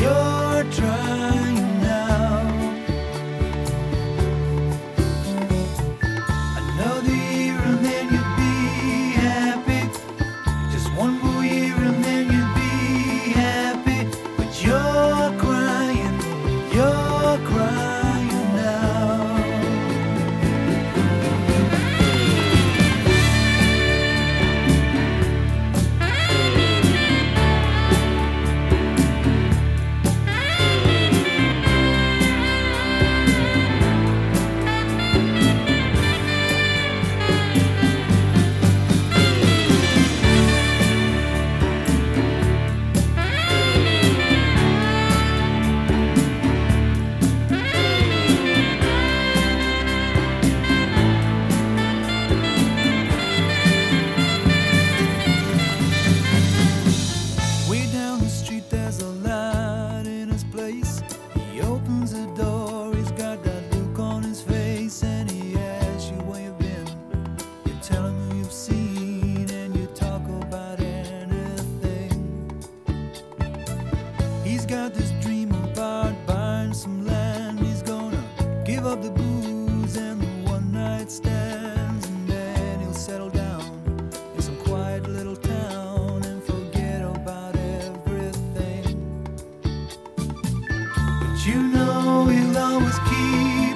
Speaker 12: you're trying now. Another year and then you'll be happy. Just one more year and then you'll be happy. But you're crying, you're crying now. Way down the street, there's a light in his place. He opens the door, he's got that look on his face, and he asks you where you've been. You tell him who you've seen, and you talk about anything. He's got this dream about buying some land. He's gonna give up the booze and the one night stands, and then he'll settle down in some quiet little town and forget about everything. But you know he'll always keep